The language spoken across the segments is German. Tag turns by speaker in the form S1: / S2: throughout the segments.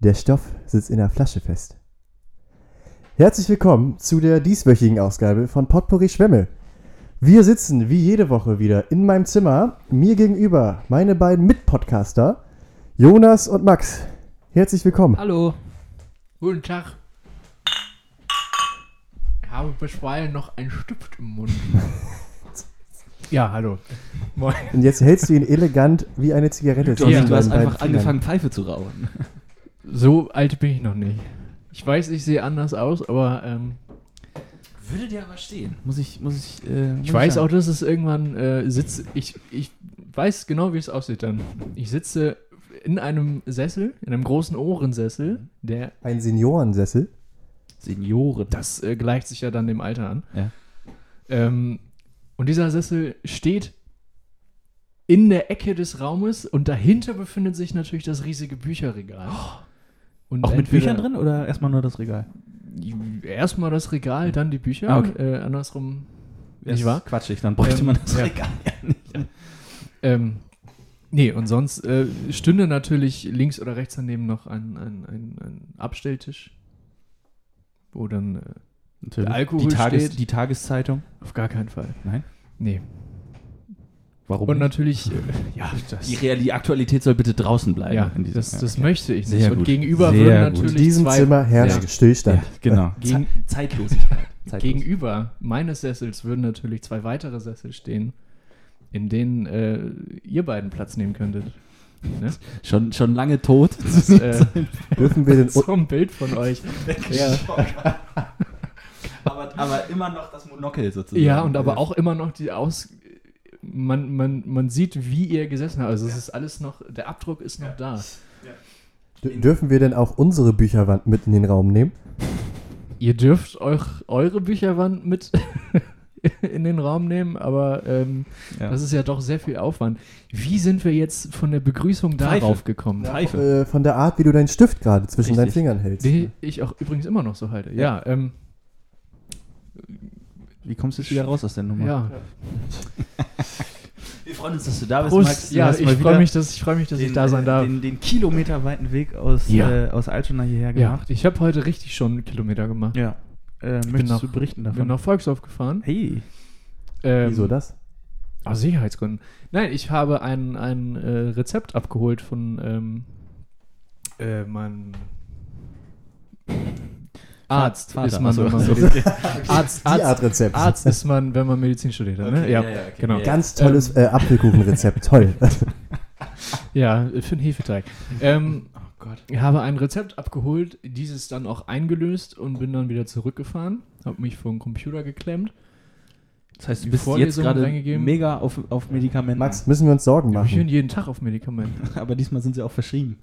S1: Der Stoff sitzt in der Flasche fest. Herzlich willkommen zu der dieswöchigen Ausgabe von Potpourri Schwemme. Wir sitzen wie jede Woche wieder in meinem Zimmer, mir gegenüber meine beiden Mitpodcaster, Jonas und Max. Herzlich willkommen.
S2: Hallo. Guten Tag. Ich habe bisweilen noch einen Stift im Mund. ja, hallo. Moin.
S1: Und jetzt hältst du ihn elegant wie eine Zigarette
S3: Johnny,
S1: zwischen
S3: du
S1: deinen
S3: hast
S1: beiden
S3: einfach
S1: Fingern.
S3: angefangen, Pfeife zu rauchen.
S2: So alt bin ich noch nicht. Ich weiß, ich sehe anders aus, aber ähm,
S3: Würde dir aber stehen. Muss ich, muss ich, äh, muss
S2: ich weiß auch,
S3: sagen.
S2: dass es irgendwann äh, sitzt. Ich, ich weiß genau, wie es aussieht dann. Ich sitze in einem Sessel, in einem großen Ohrensessel, der
S1: Ein Seniorensessel.
S3: Senioren.
S2: Das äh, gleicht sich ja dann dem Alter an.
S3: Ja.
S2: Ähm, und dieser Sessel steht in der Ecke des Raumes und dahinter befindet sich natürlich das riesige Bücherregal. Und
S3: Oh. auch mit
S2: entweder-
S3: Büchern drin oder erstmal nur das Regal?
S2: Erstmal das Regal, dann die Bücher.
S3: Ah, okay.
S2: äh, andersrum.
S3: Das
S2: Nicht wahr?
S3: ist Quatschig, dann bräuchte
S2: Ähm,
S3: man das
S2: ja.
S3: Regal ja nicht.
S2: Ähm, nee, und sonst äh, stünde natürlich links oder rechts daneben noch ein, ein, ein, ein Abstelltisch, wo dann äh,
S3: Natürlich.
S2: Der
S3: die,
S2: Alkohol
S3: Tages,
S2: steht.
S3: die Tageszeitung.
S2: auf gar keinen Fall.
S3: Nein.
S2: Nee.
S3: Warum?
S2: Und
S3: nicht?
S2: natürlich, äh, ja, das.
S3: Die, Real, die Aktualität soll bitte draußen bleiben.
S2: Ja,
S3: in diesem-
S2: das, das
S3: okay.
S2: möchte ich nicht.
S3: Sehr
S2: und
S3: gut.
S2: gegenüber
S3: Sehr gut.
S2: würden natürlich
S1: In diesem
S2: zwei
S1: Zimmer herrscht
S2: Ja,
S1: Stillstand.
S3: ja, genau.
S2: Gegen-
S3: Ze- Zeitlosigkeit. Zeitlos.
S2: gegenüber meines Sessels würden natürlich zwei weitere Sessel stehen, in denen äh, ihr beiden Platz nehmen könntet. Ne?
S3: Schon, schon lange tot.
S2: Das, äh,
S1: Dürfen wir den
S2: so ein Bild von euch. ja.
S3: aber, aber immer noch das Monokel sozusagen.
S2: ja, und aber auch immer noch die Aus. Man, man, man sieht, wie ihr gesessen habt. Also es ist alles noch, der Abdruck ist noch da.
S1: D- Dürfen wir denn auch unsere Bücherwand mit in den Raum nehmen?
S2: Ihr dürft euch, eure Bücherwand mit in den Raum nehmen, aber ähm,
S3: Ja.
S2: das ist ja doch sehr viel Aufwand. Wie sind wir jetzt von der Begrüßung
S3: Pfeife.
S2: darauf gekommen?
S3: Pfeife.
S1: Äh, von der Art, wie du deinen Stift gerade zwischen
S3: Richtig.
S1: deinen Fingern hältst.
S2: Die ich auch übrigens immer noch so halte. Ja, ja. Ähm,
S3: Wie kommst du jetzt wieder raus aus der Nummer?
S2: ja.
S3: Wir freuen uns, dass du da bist, Max.
S2: Prost.
S3: Du
S2: Ja,
S3: hast
S2: ich
S3: mal
S2: freue
S3: wieder
S2: mich, dass ich freue mich, dass ich da sein darf.
S3: Den, den kilometerweiten Weg aus,
S2: Ja.
S3: äh, aus Altona hierher
S2: Ja,
S3: gemacht.
S2: ich habe heute richtig schon einen Kilometer gemacht.
S3: Ja. Äh,
S2: bin
S3: möchtest
S2: nach-
S3: du berichten
S2: Ich bin
S3: davon?
S2: nach Volkshof gefahren.
S3: hey.
S2: Ähm,
S1: Wieso das?
S2: Aus Sicherheitsgründen. Nein, ich habe ein, ein äh, Rezept abgeholt von ähm, äh, meinem Arzt.
S3: Vater.
S2: Ist man,
S3: Achso.
S2: wenn man Medizin- Arzt,
S1: Die
S2: Arzt,
S1: Art Rezept.
S2: Arzt ist man, wenn man Medizin studiert hat. Ne?
S3: Okay,
S2: ja,
S3: ja, ja, okay,
S2: genau.
S3: ja, ja.
S1: Ganz tolles äh, Apfelkuchenrezept, toll.
S2: Ja, für einen Hefeteig. ähm,
S3: Oh Gott.
S2: Ich habe ein Rezept abgeholt, dieses dann auch eingelöst und bin dann wieder zurückgefahren. Habe mich vor den Computer geklemmt.
S3: Das heißt,
S2: Die
S3: du bist jetzt
S2: Vorlesung
S3: gerade
S2: reingegeben.
S3: mega auf, auf Medikamente.
S1: Max, müssen wir uns Sorgen
S2: Ich bin
S1: machen?
S2: jeden Tag auf Medikamente.
S3: Aber diesmal sind sie auch verschrieben.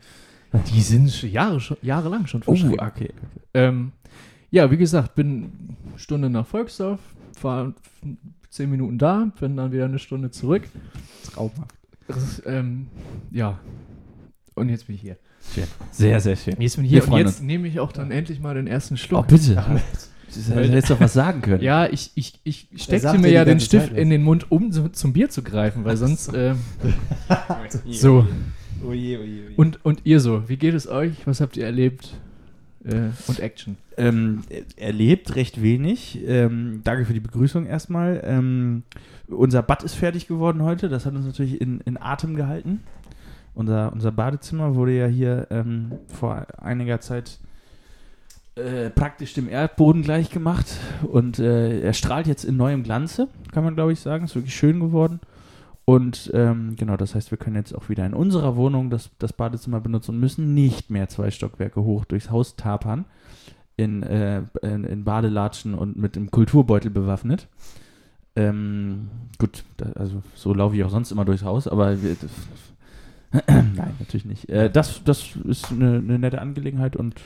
S2: Die sind Oh. schon Jahre schon, jahrelang schon verschrieben.
S3: okay.
S2: Ähm, ja, wie gesagt, bin eine Stunde nach Volksdorf, war zehn Minuten da, bin dann wieder eine Stunde zurück.
S3: Traumhaft.
S2: Das ist, ähm, ja. Und jetzt bin ich hier.
S3: Schön. Sehr, sehr schön.
S2: Jetzt bin ich
S3: Wir
S2: hier und
S3: freuen
S2: jetzt nehme ich auch dann endlich mal den ersten
S3: Oh,
S2: Schluck.
S3: bitte. Du hättest doch was sagen können.
S2: Ja, ich, ich, ich steckte
S1: sagt
S2: mir
S1: dir
S2: ja
S1: die
S2: den
S1: ganze Zeit
S2: Stift
S1: was.
S2: in den Mund, um so, zum Bier zu greifen, weil sonst. ähm, so.
S3: Oje, oje, oje.
S2: Und, und ihr so, wie geht es euch? Was habt ihr erlebt? Äh, und Action.
S3: ähm, erlebt recht wenig. Ähm, danke für die Begrüßung erstmal. Ähm, unser Bad ist fertig geworden heute. Das hat uns natürlich in, in Atem gehalten. Unser, unser Badezimmer wurde ja hier ähm, vor einiger Zeit äh, praktisch dem Erdboden gleich gemacht und äh, er strahlt jetzt in neuem Glanze, kann man glaube ich sagen. Ist wirklich schön geworden. Und ähm, genau, das heißt, wir können jetzt auch wieder in unserer Wohnung das, das Badezimmer benutzen und müssen nicht mehr zwei Stockwerke hoch durchs Haus tapern in, äh, in, in Badelatschen und mit dem Kulturbeutel bewaffnet. Ähm, gut, da, also so laufe ich auch sonst immer durchs Haus, aber wir, das, nein, natürlich nicht. Äh, das, das ist eine, eine nette Angelegenheit und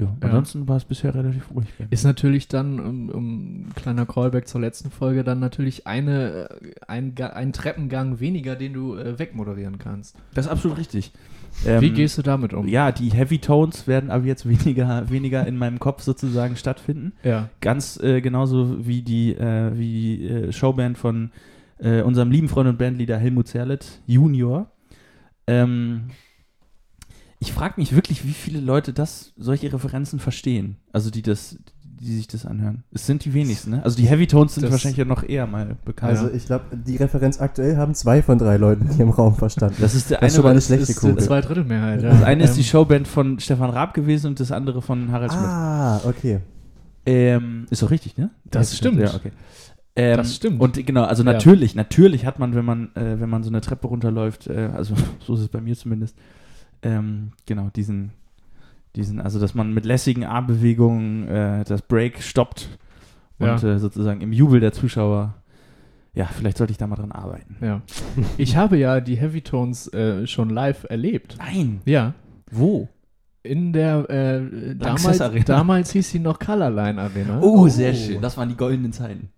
S3: ja, ansonsten war es bisher relativ ruhig.
S2: Ist natürlich dann, um, um kleiner Callback zur letzten Folge, dann natürlich eine, äh, ein, Ga- ein Treppengang weniger, den du äh, wegmoderieren kannst.
S3: Das ist absolut richtig. Ähm,
S2: wie gehst du damit um?
S3: Ja, die Heavy Tones werden ab jetzt weniger, weniger in meinem Kopf sozusagen stattfinden.
S2: Ja.
S3: Ganz äh, genauso wie die, äh, wie die äh, Showband von äh, unserem lieben Freund und Bandleader Helmut Zerlett Junior. Ähm, Ich frage mich wirklich, wie viele Leute das, solche Referenzen verstehen. Also die das, die sich das anhören. Es sind die wenigsten, ne? Also die Heavy Tones sind
S2: Das-
S3: wahrscheinlich ja noch eher mal bekannt.
S1: Also ich glaube, die Referenz aktuell haben zwei von drei Leuten hier im Raum verstanden.
S3: das ist der
S1: Das ist schon mal
S3: eine.
S1: eine schlechte
S2: ist die
S1: Kurve.
S2: Zweidrittelmehrheit. Ja.
S3: Das eine ist die
S2: Ähm,
S3: Showband von Stefan Raab gewesen und das andere von Harald Schmidt.
S1: Ah, okay.
S3: Ähm, ist doch richtig, ne?
S2: Das
S3: Ja,
S2: stimmt.
S3: Ja, okay. Ähm,
S2: Das stimmt.
S3: Und genau, also
S2: Ja.
S3: natürlich, natürlich hat man, wenn man, äh, wenn man so eine Treppe runterläuft, äh, also so ist es bei mir zumindest, ähm, genau, diesen, diesen, also dass man mit lässigen Armbewegungen äh, das Break stoppt und äh, sozusagen im Jubel der Zuschauer, ja, vielleicht sollte ich da mal dran arbeiten.
S2: ja. Ich habe ja die Heavy Tones äh, schon live erlebt.
S3: Nein,
S2: Ja.
S3: wo?
S2: In der äh,
S3: Lanxess
S2: damals,
S3: Arena.
S2: damals hieß sie noch Colorline Arena. Äh,
S3: Oh, sehr schön, das waren die goldenen Zeiten.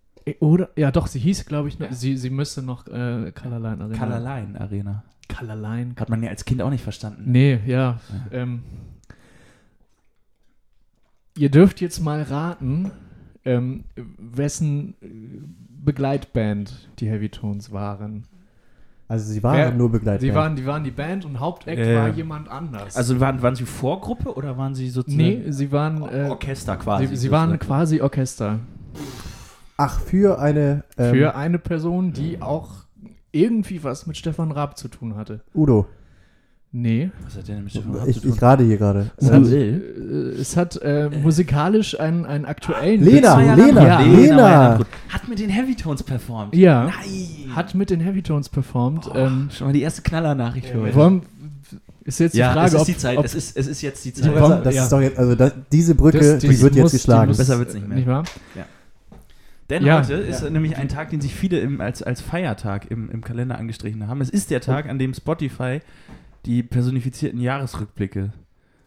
S2: Oder ja doch, sie hieß, glaube ich, noch, sie, sie müsste noch äh, Colorline Arena.
S3: Kalalein Arena.
S2: Colorline.
S3: Hat man ja als Kind auch nicht verstanden.
S2: Nee, ja. Ähm, ihr dürft jetzt mal raten, ähm, wessen äh, Begleitband die Heavy Tones waren.
S1: Also sie waren
S2: Wer-
S1: nur begleitet.
S2: Die waren, die waren die Band und Hauptact
S3: Äh,
S2: war jemand anders.
S3: Also waren, waren sie Vorgruppe oder waren sie sozusagen?
S2: nee, sie waren,
S3: Or-
S2: äh,
S3: Orchester Oh, quasi.
S2: sie, sie waren
S3: sozusagen.
S2: quasi Orchester.
S1: Ach, für eine ähm,
S2: für eine Person, die auch irgendwie was mit Stefan Raab zu tun hatte.
S1: Udo.
S2: Nee.
S3: Was hat der denn mit Stefan Raab
S1: Ich,
S3: zu tun?
S1: ich rate hier gerade. Also,
S2: Es hat, äh,
S3: Udo.
S2: es hat äh, musikalisch einen, einen aktuellen
S1: Lena,
S2: Bezug.
S1: Lena,
S2: Ja.
S1: Lena.
S3: Meyer-Landrut. Hat mit den Heavy Tones performt.
S2: Ja.
S3: Nein. Oh,
S2: Hat mit den Heavy Tones performt. ähm,
S3: schon mal die erste Knallernachricht für heute.
S2: wollen, ist jetzt die
S3: ja,
S2: Frage,
S3: es
S2: ob,
S3: ist die Zeit.
S2: ob
S3: es, ist, es ist jetzt die
S1: Ich
S3: Zeit.
S1: wollte gerade sagen, das
S2: Ja.
S1: ist doch jetzt, also das, diese Brücke,
S2: das-
S1: die, wird
S2: muss-
S1: jetzt geschlagen.
S2: muss-
S3: Besser wird's nicht mehr.
S2: Nicht wahr?
S3: Denn
S2: Ja.
S3: heute ist nämlich ein Tag, den sich viele im, als, als Feiertag im, im Kalender angestrichen haben. Es ist der Tag, an dem Spotify die personifizierten Jahresrückblicke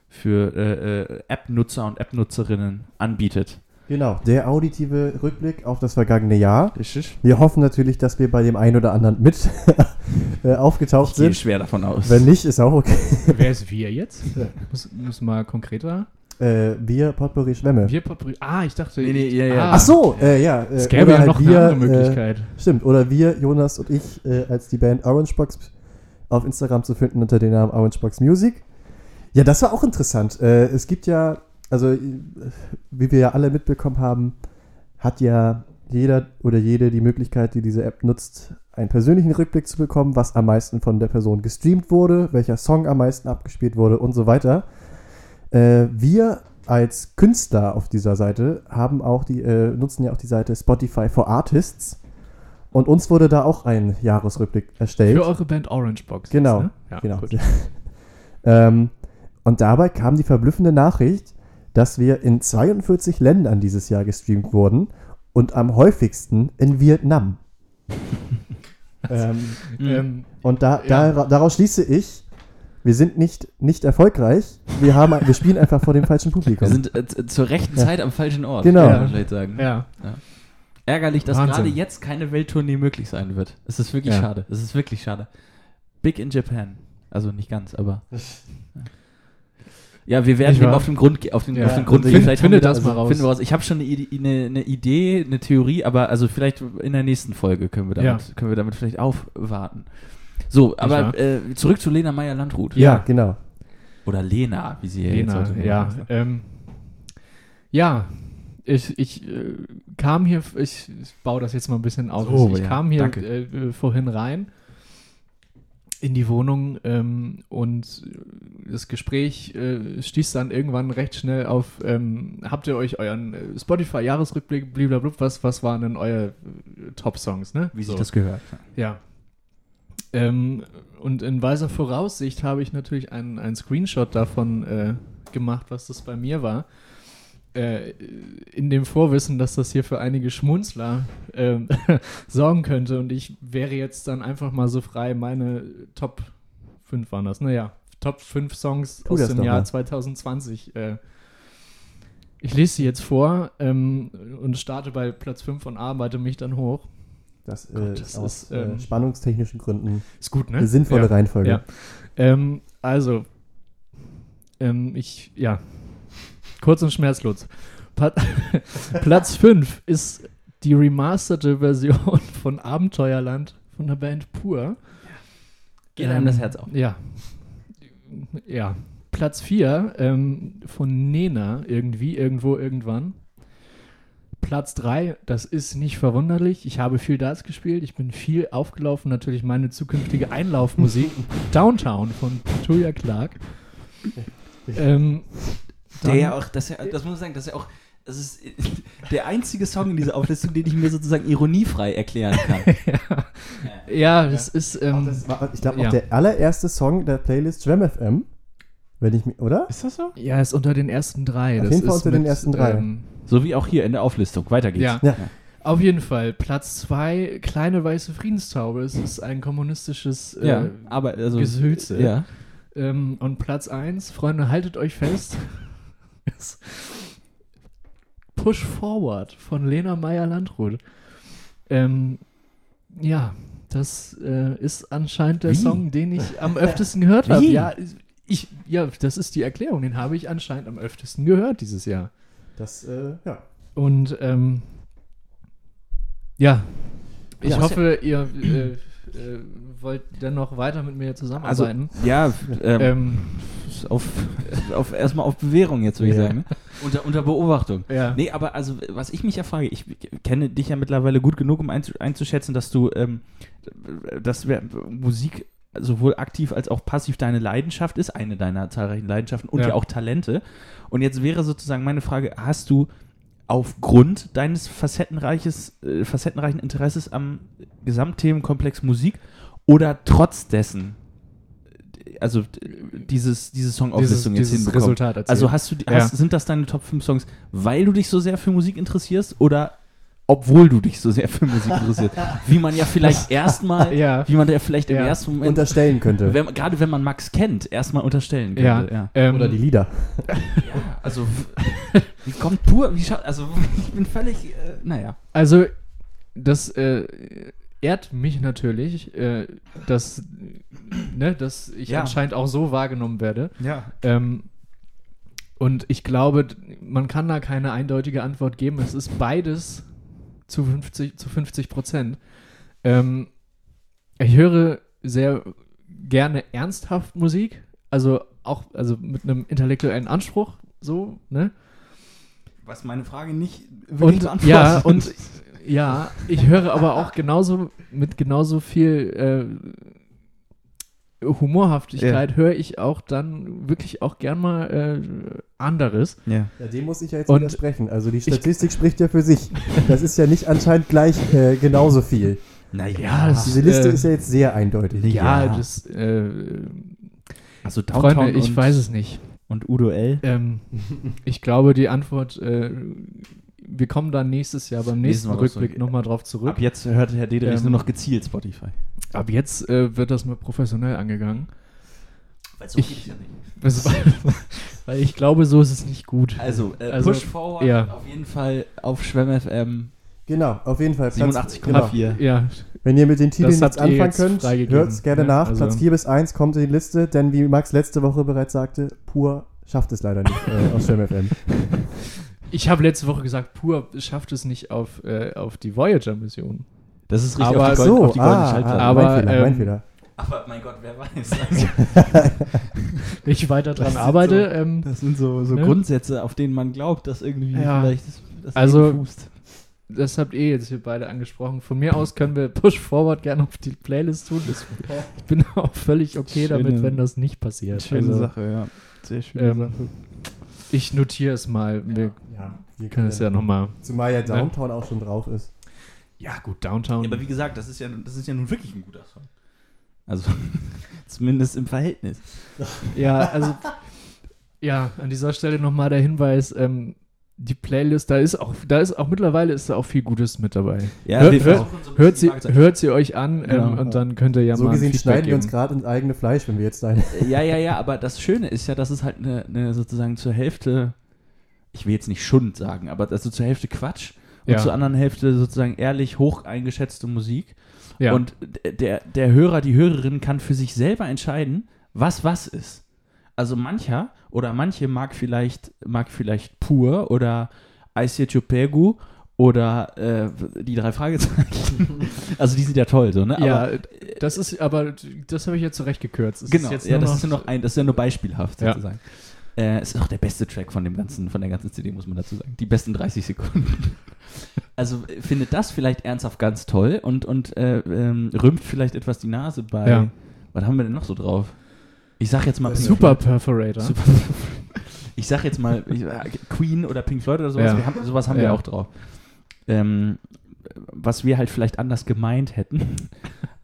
S3: für äh, äh, App-Nutzer und App-Nutzerinnen anbietet.
S1: Genau, der auditive Rückblick auf das vergangene Jahr.
S3: Richtig.
S1: Wir hoffen natürlich, dass wir bei dem einen oder anderen mit äh, aufgetaucht
S3: Ich gehe
S1: sind.
S3: schwer davon aus.
S1: Wenn nicht, ist auch okay.
S2: Wer ist wir jetzt? Muss, muss mal konkreter.
S1: Äh, wir Potpourri Schwemme.
S2: Wir Potpourri. Ah, ich dachte.
S3: Nee, nee,
S2: ich-
S3: ja, ja.
S2: Ah,
S1: Ach so, äh, ja. Äh,
S2: Es gäbe
S1: oder
S2: ja
S1: halt
S2: noch
S1: wir,
S2: eine andere
S1: Äh,
S2: Möglichkeit.
S1: stimmt, oder wir, Jonas und ich, äh, als die Band Orangebox auf Instagram zu finden unter dem Namen Orangebox Music. Ja, das war auch interessant. Äh, es gibt ja, also äh, wie wir ja alle mitbekommen haben, hat ja jeder oder jede die Möglichkeit, die diese App nutzt, einen persönlichen Rückblick zu bekommen, was am meisten von der Person gestreamt wurde, welcher Song am meisten abgespielt wurde und so weiter. Äh, wir als Künstler auf dieser Seite haben auch die, äh, nutzen ja auch die Seite Spotify for Artists. Und uns wurde da auch ein Jahresrückblick erstellt.
S2: Für eure Band Orange Box. jetzt,
S1: Genau,
S2: Ne? Ja,
S1: genau.
S2: Gut.
S1: ähm, und dabei kam die verblüffende Nachricht, dass wir in 42 Ländern dieses Jahr gestreamt wurden und am häufigsten in Vietnam. ähm,
S2: Ähm,
S1: und da,
S2: Ja.
S1: da, daraus schließe ich, wir sind nicht, nicht erfolgreich, wir, haben, ein- wir spielen einfach vor dem falschen Publikum.
S3: Wir sind äh, z- zur rechten Zeit am falschen Ort,
S1: Genau.
S3: kann man vielleicht sagen.
S2: ja.
S3: Ärgerlich, dass
S2: Wahnsinn.
S3: gerade jetzt keine Welttournee möglich sein wird. Es ist wirklich
S2: Ja.
S3: schade. Es ist wirklich schade. Big in Japan. Also nicht ganz, aber. Ja, wir werden
S2: Nicht
S3: dem
S2: wahr?
S3: auf den Grund, ge- auf den,
S2: Ja.
S3: auf den Grund
S2: Find- finde
S3: haben wir
S2: das mal raus.
S3: Finden wir raus. Ich habe schon eine, Ide- eine, eine Idee, eine Theorie, aber also vielleicht in der nächsten Folge können wir damit, können wir damit vielleicht aufwarten. So, aber
S2: wahr?
S3: äh, zurück zu Lena Meyer-Landrut.
S1: ja, genau.
S3: Oder Lena, wie sie jetzt
S2: Lena,
S3: heute
S2: ja.
S3: genannt ist.
S2: Ähm, ja, ich, ich äh, kam hier, ich, ich baue das jetzt mal ein bisschen aus.
S3: So,
S2: ich
S3: ja,
S2: kam hier
S3: danke.
S2: äh, äh, vorhin rein in die Wohnung ähm, und das Gespräch äh, stieß dann irgendwann recht schnell auf, ähm, habt ihr euch euren äh, Spotify-Jahresrückblick, blablabla, was, was waren denn euer äh, Top-Songs, ne?
S3: Wie
S2: So.
S3: sich das gehört.
S2: Ja. Ähm, und in weiser Voraussicht habe ich natürlich einen, einen Screenshot davon äh, gemacht, was das bei mir war. Äh, in dem Vorwissen, dass das hier für einige Schmunzler ähm, sorgen könnte. Und ich wäre jetzt dann einfach mal so frei, meine Top 5 waren das, naja, Top 5 Songs
S1: Tu
S2: aus
S1: das
S2: dem
S1: doch
S2: Jahr
S1: mal.
S2: 2020. Äh, ich lese sie jetzt vor ähm, und starte bei Platz 5 und arbeite mich dann hoch.
S1: Das, äh,
S2: Gott, das
S1: ist aus
S2: ist, ähm,
S1: äh, spannungstechnischen Gründen
S2: Ist gut, ne?
S1: eine sinnvolle
S2: ja.
S1: Reihenfolge.
S2: Ja. Ähm, also, ähm, ich, ja, kurz und schmerzlos. Pa Platz 5 ist die remasterte Version von Abenteuerland von der Band Pur.
S3: Ähm, Geht einem das Herz auf.
S2: Ähm, Ja. Ja. Platz 4 ähm, von Nena irgendwie, irgendwo, irgendwann. Platz 3, das ist nicht verwunderlich. Ich habe viel Darts gespielt, ich bin viel aufgelaufen, natürlich meine zukünftige Einlaufmusik. Downtown von Tuya Clark. Ähm,
S3: Der
S2: dann-
S3: ja auch, das, ja, das muss man sagen, das ist ja auch. Das ist der einzige Song in dieser Auflistung, den ich mir sozusagen ironiefrei erklären kann.
S2: ja, das ist.
S1: Ach,
S2: Ähm,
S1: das war, ich glaube, auch
S2: ja.
S1: der allererste Song der Playlist Jam FM. Wenn ich mi- oder?
S3: Ist das so?
S2: ja, ist unter den ersten drei.
S1: Auf
S2: das
S1: jeden Fall
S2: ist
S1: unter den
S2: mit,
S1: ersten drei.
S2: Ähm,
S3: So wie auch hier in der Auflistung. Weiter geht's.
S2: Ja.
S1: Ja.
S2: Auf jeden Fall. Platz 2, Kleine Weiße Friedenstaube. Es ist ein kommunistisches äh,
S3: Ja, aber also.
S2: Gesülze.
S3: Ja.
S2: Ähm, und Platz 1, Freunde, haltet euch fest. ist Push Forward von Lena Meyer-Landrut. Ähm, ja, das äh, ist anscheinend der
S3: Wie?
S2: Song, den ich am öftesten gehört habe.
S3: Wie?
S2: Ja, ich, ja, das ist die Erklärung. Den habe ich anscheinend am öftesten gehört dieses Jahr.
S1: Das, äh, ja.
S2: Und ähm, ja, ich
S3: Ja,
S2: hoffe, ihr äh, äh, wollt dennoch weiter mit mir
S3: Also,
S2: zusammenarbeiten.
S3: ja, ähm,
S2: ähm,
S3: auf, auf, erstmal auf Bewährung jetzt, würde ich
S1: Ja.
S3: sagen. Ne? Unter, unter Beobachtung.
S2: Ähm, ja.
S3: Nee, aber also, was ich mich ja frage, ich kenne dich ja mittlerweile gut genug, um einzu- einzuschätzen, dass du, ähm, dass wir- Musik sowohl aktiv als auch passiv deine Leidenschaft ist, eine deiner zahlreichen Leidenschaften und ja,
S2: Ja.
S3: auch Talente. Und jetzt wäre sozusagen meine Frage, hast du aufgrund deines facettenreiches, äh, facettenreichen Interesses am Gesamtthemenkomplex Musik oder trotz dessen, äh, also äh, dieses, diese Songauflistung jetzt
S2: dieses
S3: hinbekommen?
S2: Resultat erzielt.
S3: Also hast du, die-
S2: Ja.
S3: hast, sind das deine Top 5 Songs, weil du dich so sehr für Musik interessierst oder obwohl du dich so sehr für Musik interessierst? Wie man ja vielleicht erstmal,
S2: ja,
S3: wie man ja vielleicht im
S2: Ja.
S3: ersten Moment,
S1: Unterstellen könnte.
S3: wenn, gerade wenn man Max kennt, erstmal unterstellen
S2: ja,
S3: könnte. Ja.
S2: Ähm,
S1: Oder die Lieder.
S3: Ja, Also, w- wie kommt pur, wie scha- also ich bin völlig, äh, naja.
S2: Also, das äh, ehrt mich natürlich, äh, dass, ne, dass ich
S3: Ja.
S2: anscheinend auch so wahrgenommen werde.
S3: Ja.
S2: Ähm, und ich glaube, d- man kann da keine eindeutige Antwort geben. Es ist beides zu 50, zu 50 Prozent. Ähm, ich höre sehr gerne ernsthaft Musik, also auch also mit einem intellektuellen Anspruch, so, ne?
S3: Was meine Frage nicht
S2: Und- ja, und- Ja, ich höre aber auch genauso mit genauso viel äh, Humorhaftigkeit höre ich auch dann wirklich auch gern mal äh, anderes.
S3: ja.
S1: Ja, dem muss ich ja jetzt
S2: Und-
S1: widersprechen. Also die Statistik spricht ja für sich. Das ist ja nicht anscheinend gleich äh, genauso viel.
S3: Naja,
S2: Ja, das-
S1: Diese Liste
S2: Äh,
S1: ist ja jetzt sehr eindeutig.
S2: Ja,
S3: Ja.
S2: das äh,
S3: also Downtown
S2: Freunde, ich
S3: und,
S2: weiß es nicht.
S3: und Udo L.
S2: Ähm, ich glaube, die Antwort, äh, wir kommen dann nächstes Jahr beim
S3: Nächstes
S2: nächsten
S3: Mal drauf
S2: Rückblick
S3: zurück.
S2: nochmal drauf zurück.
S3: Ab jetzt hört Herr Dedrichs
S2: Ähm,
S3: nur noch gezielt Spotify.
S2: Ab jetzt äh, wird das mal professionell angegangen.
S3: Weil
S2: so geht es ja Das- Weil ich glaube, so ist es nicht gut.
S3: Also, äh,
S2: Also,
S3: Push Forward
S2: ja.
S3: auf jeden Fall auf Schwemm FM
S1: Genau, auf jeden Fall. Platz- genau.
S3: 87,4.
S2: Ja,
S1: Wenn ihr mit den Titeln
S2: Das
S1: nichts
S2: habt ihr
S1: anfangen
S2: jetzt
S1: könnt,
S2: freigegeben.
S1: hört es gerne
S2: Ja,
S1: nach.
S2: also-
S1: Platz 4 bis 1 kommt in die Liste, denn wie Max letzte Woche bereits sagte, pur schafft es leider nicht äh, aus Jam FM.
S2: ich habe letzte Woche gesagt, Pur schafft es nicht auf, äh, auf die Voyager-Mission.
S3: Das ist
S2: Aber
S3: auf die, Gold,
S1: So,
S3: auf die goldene Schallplatte.
S1: ah,
S2: Aber,
S1: mein Fehler, mein
S2: ähm,
S1: Fehler.
S3: aber mein Gott, wer weiß.
S2: Wenn ich weiter dran
S3: sind
S2: arbeite,
S3: so-
S2: ähm,
S3: das sind so, so
S2: Ne?
S3: Grundsätze, auf denen man glaubt, dass irgendwie
S2: Ja.
S3: vielleicht das, das
S2: Also-
S3: Leben fußt.
S2: das habt ihr jetzt hier beide angesprochen. Von mir aus können wir Push Forward gerne auf die Playlist tun. Das, ich bin auch völlig okay damit,
S3: Schöne-
S2: wenn das nicht passiert. Also,
S3: Sache, ja. Sehr schöne
S2: ähm, Ich notiere es mal. Wir
S1: Ja, wir
S2: können es ja nochmal.
S1: Zumal ja Downtown auch schon drauf ist.
S2: Ja, gut, Downtown.
S3: Ja, aber wie gesagt, das ist ja, das ist ja nun wirklich ein guter Song. Also, zumindest im Verhältnis.
S2: Ja, also ja, an dieser Stelle nochmal der Hinweis, ähm, die Playlist, da ist auch, da ist auch mittlerweile ist da auch viel Gutes mit dabei.
S3: Ja,
S2: Hör-
S3: wir
S2: hör-
S3: versuchen so ein bisschen
S2: Hört sie,
S3: Schlagzeug-
S2: hört sie euch an
S3: Genau.
S2: ähm, und dann könnt ihr ja
S1: so
S2: mal ein
S1: gesehen
S2: Feedback
S1: schneiden wir
S2: geben.
S1: uns gerade ins eigene Fleisch, wenn wir jetzt deine.
S3: Äh, Ja, ja, ja, aber das Schöne ist ja, dass es halt eine, eine sozusagen zur Hälfte, ich will jetzt nicht Schund sagen, aber also zur Hälfte Quatsch und
S2: Ja.
S3: zur anderen Hälfte sozusagen ehrlich hoch eingeschätzte Musik.
S2: ja.
S3: Und d- der, der Hörer, die Hörerin kann für sich selber entscheiden, was was ist. Also mancher oder manche mag vielleicht, mag vielleicht Pur oder Aisye Chupegu oder äh, die drei Fragezeichen. also die sind ja toll, so, ne?
S2: ja,
S3: Aber,
S2: Das ist aber, das habe ich jetzt zurechtgekürzt. Es
S3: Genau,
S2: Ist jetzt
S3: ja,
S2: nur
S3: das
S2: noch,
S3: ist ja noch ein, das ist ja nur beispielhaft
S2: Ja.
S3: sozusagen. Äh, ist auch der beste Track von dem ganzen, von der ganzen CD, muss man dazu sagen. Die besten 30 Sekunden. Also äh, findet das vielleicht ernsthaft ganz toll und, und äh, ähm, rümpft vielleicht etwas die Nase bei.
S2: Ja. Äh,
S3: Was haben wir denn noch so drauf? Ich sag jetzt mal Pink
S2: Super
S3: Floyd.
S2: Perforator.
S3: Super. Ich sag jetzt mal ich, äh, Queen oder Pink Floyd oder sowas.
S2: Ja.
S3: Wir haben, sowas haben
S2: Ja.
S3: wir auch drauf. Ähm, was wir halt vielleicht anders gemeint hätten.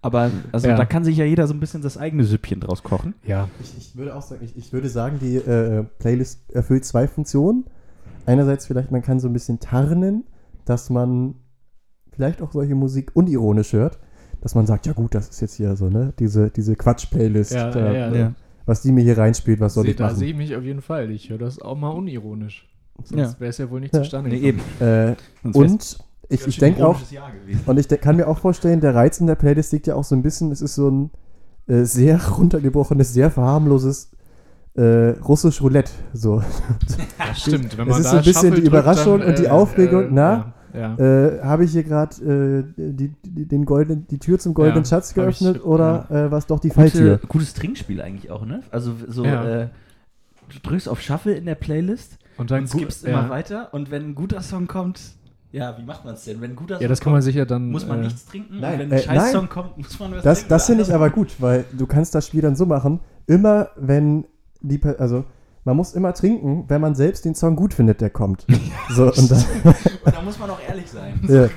S3: Aber also
S2: Ja.
S3: da kann sich ja jeder so ein bisschen das eigene Süppchen draus kochen.
S2: Ja.
S1: Ich, ich würde auch sagen, ich, ich würde sagen, die äh, Playlist erfüllt zwei Funktionen. Einerseits vielleicht, man kann so ein bisschen tarnen, dass man vielleicht auch solche Musik unironisch hört, dass man sagt, ja gut, das ist jetzt hier so, ne, diese, diese Quatsch-Playlist,
S2: Ja,
S1: da,
S2: ja,
S1: ne, was die mir hier reinspielt, was soll
S2: Seh,
S1: ich
S2: da sehe
S1: machen?
S2: ich mich auf jeden Fall. Ich höre das auch mal unironisch.
S3: Ja.
S2: Sonst wäre es ja wohl nicht
S1: Ja.
S2: zustande
S3: Nee, eben.
S1: Äh,
S3: Sonst wär's
S1: und ich, ich denke auch, und ich de- kann mir auch vorstellen, der Reiz in der Playlist liegt ja auch so ein bisschen, es ist so ein äh, sehr runtergebrochenes, sehr verharmloses äh, russisch Roulette, so.
S2: Das stimmt. Wenn
S1: Es
S2: man
S1: ist
S2: da
S1: so ein bisschen
S2: Shuffle
S1: die
S2: drückt,
S1: Überraschung und die Aufregung, na?
S2: äh, Ja. ja.
S1: Äh, habe ich hier gerade äh, die, die, den goldenen- die Tür zum goldenen
S2: Ja,
S1: Schatz
S2: hab
S1: geöffnet
S2: ich-
S1: oder äh, war es doch die
S3: Gute,
S1: Falltür?
S3: gutes Trinkspiel eigentlich auch, ne? Also so,
S2: Ja.
S3: äh, du drückst auf Shuffle in der Playlist
S2: Und dann
S3: und
S2: gu-
S3: skippst
S2: ja.
S3: immer weiter und wenn ein guter Song kommt, ja, wie macht man es denn? Wenn ein guter Song
S2: Ja, das kann man
S3: kommt,
S2: sich ja dann.
S3: muss man
S2: äh,
S3: nichts trinken
S1: Nein,
S3: und wenn
S1: äh,
S3: ein
S1: nein.
S3: Scheiß-Song kommt, muss man was
S1: Das,
S3: trinken. Also,
S1: das finde ich
S3: oder
S1: aber gut, weil du kannst das Spiel dann so machen, immer wenn die, Per- also man muss immer trinken, wenn man selbst den Song gut findet, der kommt. so, und dann,
S3: andersrum. Und da muss man auch ehrlich sein.
S1: ja,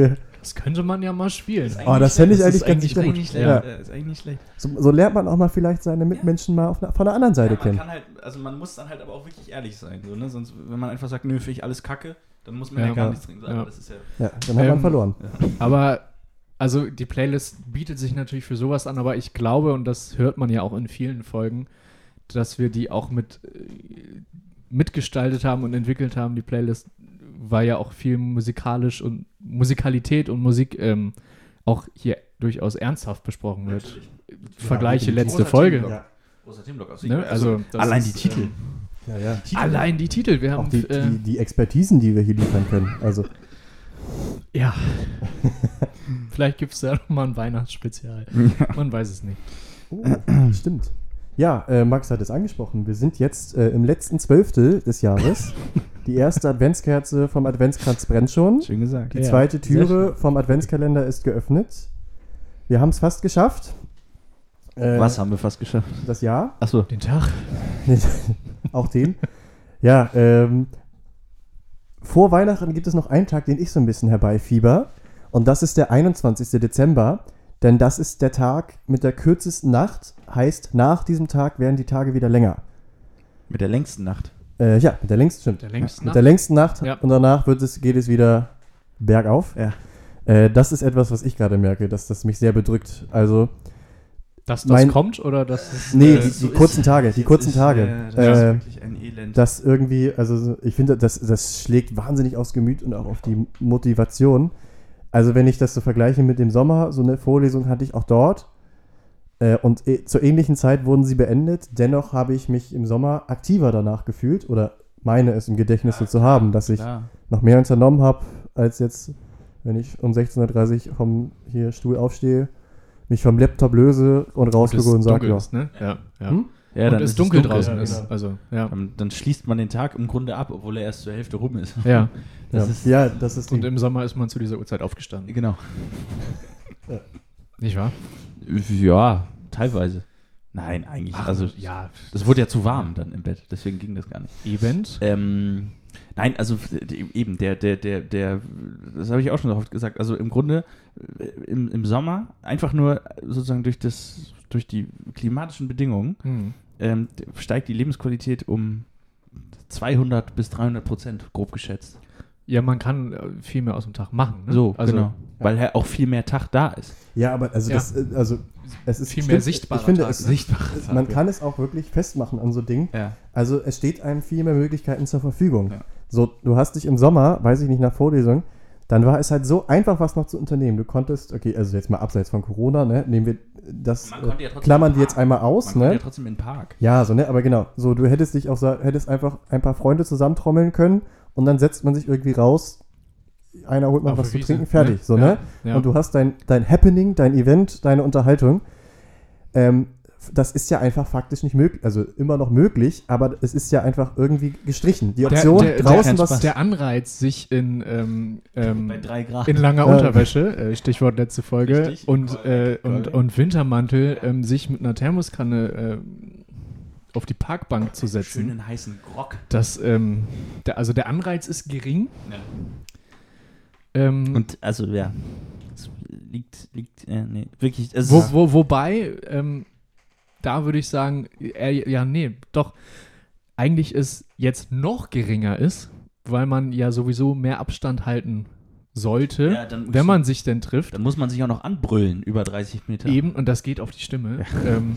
S1: ja.
S2: Das könnte man ja mal spielen.
S1: Oh, das fände ich eigentlich ganz
S3: eigentlich
S1: gut.
S3: Eigentlich schlecht.
S1: Ja.
S3: Äh, Ist eigentlich nicht schlecht.
S1: so, so lernt man auch mal vielleicht seine Mitmenschen mal auf, einer- von der anderen Seite
S3: Ja, man
S1: kennen.
S3: kann halt, also man muss dann halt aber auch wirklich ehrlich sein. So, ne? Sonst, wenn man einfach sagt, nö, finde ich alles kacke, dann muss man ja,
S2: Ja.
S3: gar
S1: Ja.
S3: nichts trinken. So, aber
S2: Ja.
S3: Das ist ja
S1: Ja, dann hat man
S2: Ähm,
S1: verloren.
S2: Aber also die Playlist bietet sich natürlich für sowas an, aber ich glaube, und das hört man ja auch in vielen Folgen, dass wir die auch mit äh, mitgestaltet haben und entwickelt haben. Die Playlist war ja auch viel musikalisch und Musikalität und Musik ähm, auch hier durchaus ernsthaft besprochen wird.
S3: natürlich
S2: Vergleiche
S1: definitiv.
S2: letzte
S3: Großer
S2: Folge.
S3: Themenblock. großer Themenblock. Also,
S2: Ne? Also, das
S3: allein
S2: ist,
S3: die Titel.
S2: ähm,
S1: Ja, ja.
S3: Titel.
S2: allein die Titel. Wir haben
S1: Auch die,
S2: äh,
S1: die, die Expertisen, die wir hier liefern können. Also,
S2: Ja. Vielleicht gibt es da noch mal ein Weihnachtsspezial. Man weiß es nicht.
S1: Oh, stimmt. Ja, äh, Max hat es angesprochen. Wir sind jetzt äh, im letzten Zwölftel des Jahres. Die erste Adventskerze vom Adventskranz brennt schon.
S3: Schön gesagt.
S1: Die
S2: Ja,
S1: zweite
S3: sehr
S1: Türe vom Adventskalender ist geöffnet. Wir haben es fast geschafft. Äh,
S3: Was haben wir fast geschafft?
S1: Das Jahr.
S3: Achso.
S2: Den Tag.
S1: Auch den. Ja, ähm, vor Weihnachten gibt es noch einen Tag, den ich so ein bisschen herbeifieber. Und das ist der 21. Dezember. Denn das ist der Tag mit der kürzesten Nacht. Heißt, nach diesem Tag werden die Tage wieder länger.
S3: Mit der längsten Nacht.
S1: Äh, ja, mit der längsten, stimmt.
S2: Der längsten
S1: Mit der längsten Nacht
S2: Ja.
S1: und danach wird es, geht es wieder bergauf.
S3: Ja.
S1: Äh, das ist etwas, was ich gerade merke, dass das mich sehr bedrückt. Also,
S2: Dass das
S1: Mein-
S2: kommt oder dass es.
S1: nee,
S2: äh,
S1: die,
S3: so
S1: die
S3: ist-
S1: kurzen Tage, die kurzen Tage.
S3: Äh, das ist
S1: Äh,
S3: wirklich ein Elend.
S1: das irgendwie, also so- ich finde, das, das schlägt wahnsinnig aufs Gemüt und auch auf die Motivation. Also wenn ich das so vergleiche mit dem Sommer, so eine Vorlesung hatte ich auch dort. Äh, Und eh- zur ähnlichen Zeit wurden sie beendet. Dennoch habe ich mich im Sommer aktiver danach gefühlt oder meine es im Gedächtnis so zu haben, dass ich
S3: Klar.
S1: noch mehr unternommen habe, als jetzt, wenn ich um 16.30 Uhr vom hier Stuhl aufstehe, mich vom Laptop löse und
S2: es
S1: rausgucke und sage,
S2: dunkel
S1: ja.
S2: ist, ne? Ja. ja.
S1: Hm?
S3: Ja,
S2: und
S3: dann
S2: es
S3: ist
S2: dunkel, draußen
S1: ja,
S2: ist.
S1: genau.
S2: Also, ja.
S3: Dann, dann schließt man den Tag im Grunde ab, obwohl er erst zur Hälfte rum ist.
S2: ja.
S3: Das
S1: ja.
S3: ist-
S1: ja, das ist
S2: Und
S1: die,
S2: im Sommer ist man zu dieser Uhrzeit aufgestanden.
S3: Genau.
S2: Nicht wahr?
S3: Ja, teilweise. Nein, eigentlich. also,
S2: ja.
S3: das wurde ja zu warm dann im Bett, deswegen ging das gar nicht.
S2: Event.
S3: Ähm, nein, also die- eben, der, der, der, der, das habe ich auch schon so oft gesagt. Also im Grunde äh, im, im Sommer einfach nur sozusagen durch das, durch die klimatischen Bedingungen
S2: Hm.
S3: ähm, steigt die Lebensqualität um 200 bis 300 Prozent, grob geschätzt.
S2: Ja, man kann äh, viel mehr aus dem Tag machen. Ne?
S3: So,
S2: also,
S3: genau. Weil ja auch viel mehr Tag da ist.
S1: ja, aber also
S2: Ja.
S1: das, äh, also es ist
S2: Viel mehr
S1: stimmt,
S2: sichtbarer
S1: Ich finde,
S2: Tag,
S1: es,
S2: ne?
S3: Sichtbares
S1: man kann es auch wirklich festmachen an so Dingen.
S3: Ja.
S1: Also es steht einem viel mehr Möglichkeiten zur Verfügung.
S3: Ja.
S1: So, du hast dich im Sommer, weiß ich nicht, nach Vorlesung, dann war es halt so einfach, was noch zu unternehmen. Du konntest, okay, also jetzt mal abseits von Corona, ne, nehmen wir das,
S3: Man konnte
S1: äh,
S3: ja trotzdem
S1: klammern wir
S3: fahren.
S1: jetzt einmal aus,
S3: Man kommt
S1: ne?
S3: ja trotzdem in den Park.
S1: Ja, so, ne, aber genau. So, du hättest dich auch, sa- hättest einfach ein paar Freunde zusammentrommeln können und dann setzt man sich irgendwie raus einer holt mal
S2: Auf
S1: was
S2: der
S1: zu
S2: Wiese,
S1: trinken, fertig.
S2: ne?
S1: So,
S2: Ja,
S1: ne?
S2: ja.
S1: Und du hast dein, dein Happening, dein Event, deine Unterhaltung. Ähm, das ist ja einfach faktisch nicht möglich, also immer noch möglich, aber es ist ja einfach irgendwie gestrichen. Die
S2: Der-
S1: Option,
S2: der- der-
S1: draußen
S3: kein
S1: was.
S2: Der Anreiz, sich in, ähm,
S3: Bei
S2: ähm,
S3: drei Grad.
S2: in langer
S1: Ja.
S2: Unterwäsche, äh, Stichwort letzte Folge,
S3: Richtig.
S2: und, äh,
S3: Korrekt,
S2: und,
S3: korrekt.
S2: und Wintermantel, ähm, sich mit einer Thermoskanne äh, auf die Parkbank zu setzen.
S3: Schönen heißen Grog.
S2: Das, ähm, der, also der Anreiz ist gering.
S4: Hm.
S2: Ähm,
S3: Und also, ja. Es liegt, liegt, äh, nee, wirklich. Es
S2: Wo,
S3: ist,
S2: wo, wobei, ähm, da würde ich sagen, äh, ja, nee, doch, eigentlich ist jetzt noch geringer ist, weil man ja sowieso mehr Abstand halten sollte,
S3: Ja, dann muss
S2: wenn
S3: ich-
S2: man sich denn trifft.
S3: dann muss man sich auch noch anbrüllen über 30 Meter.
S2: Eben, und das geht auf die Stimme. Ähm,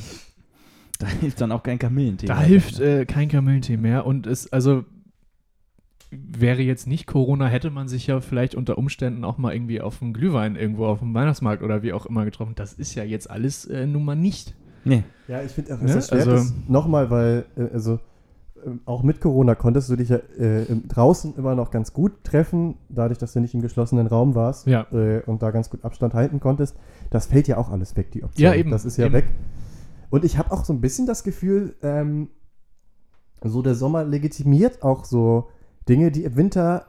S3: Da hilft dann auch kein Kamillentee.
S2: da hilft äh, kein Kamillentee mehr. Und es, also wäre jetzt nicht Corona, hätte man sich ja vielleicht unter Umständen auch mal irgendwie auf dem Glühwein irgendwo auf dem Weihnachtsmarkt oder wie auch immer getroffen. Das ist ja jetzt alles äh, nun mal nicht.
S3: Nee.
S1: Ja, ich finde auch,
S2: Ne?
S1: es ist schwer,
S2: Also-
S1: das nochmal, weil, äh, also, ähm, auch mit Corona konntest du dich ja äh, im- draußen immer noch ganz gut treffen, dadurch, dass du nicht im geschlossenen Raum warst
S2: Ja.
S1: äh, und da ganz gut Abstand halten konntest. Das fällt ja auch alles weg, die Option.
S2: Ja, eben,
S1: Das ist ja
S2: eben.
S1: weg. Und ich habe auch so ein bisschen das Gefühl, ähm, so der Sommer legitimiert auch so Dinge, die im Winter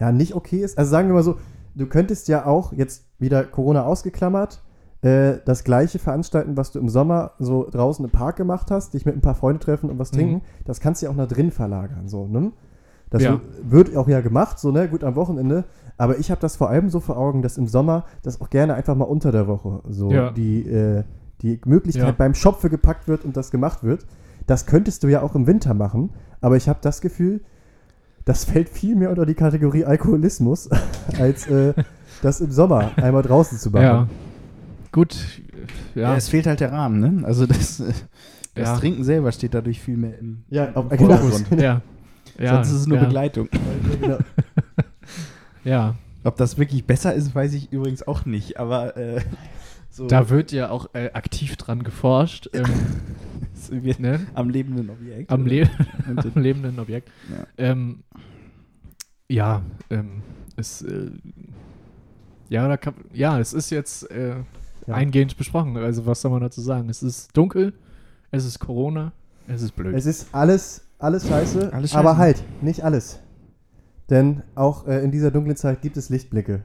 S1: ja nicht okay ist. Also sagen wir mal so, du könntest ja auch jetzt wieder Corona ausgeklammert äh, das gleiche veranstalten, was du im Sommer so draußen im Park gemacht hast, dich mit ein paar Freunden treffen und was
S2: Mhm.
S1: trinken. Das kannst du ja auch nach drin verlagern, so, ne? Das
S2: Ja.
S1: wird auch ja gemacht, so, ne? Gut am Wochenende. Aber ich habe das vor allem so vor Augen, dass im Sommer das auch gerne einfach mal unter der Woche so
S2: Ja.
S1: die, äh, die Möglichkeit
S2: Ja.
S1: beim Schopfe gepackt wird und das gemacht wird. Das könntest du ja auch im Winter machen, aber ich habe das Gefühl, das fällt viel mehr unter die Kategorie Alkoholismus, als äh, das im Sommer einmal draußen zu machen.
S2: Ja. Gut, äh, ja.
S4: es fehlt halt der Rahmen, ne? Also das, äh, das
S2: Ja.
S4: Trinken selber steht dadurch viel mehr im
S1: Ja, auf,
S4: im
S1: genau.
S4: Vordergrund.
S2: ja. ja.
S4: Sonst ist es nur
S2: ja.
S4: Begleitung.
S1: genau.
S2: Ja,
S4: Ob das wirklich besser ist, weiß ich übrigens auch nicht, aber äh, so
S2: da wird ja auch äh, aktiv dran geforscht. Ähm,
S4: sind wir
S2: ne?
S4: am lebenden Objekt.
S2: Am,
S4: oder?
S2: Le
S4: Und
S2: am lebenden Objekt.
S4: Ja.
S2: Ähm, ja, ähm, es, äh, ja, da kann, ja, es ist jetzt äh,
S1: Ja.
S2: eingehend besprochen. Also, was soll man dazu sagen? Es ist dunkel, es ist Corona, es ist blöd.
S1: Es ist alles, alles scheiße,
S4: Alles
S1: aber
S4: scheiße.
S1: halt, nicht alles. Denn auch äh, in dieser dunklen Zeit gibt es Lichtblicke.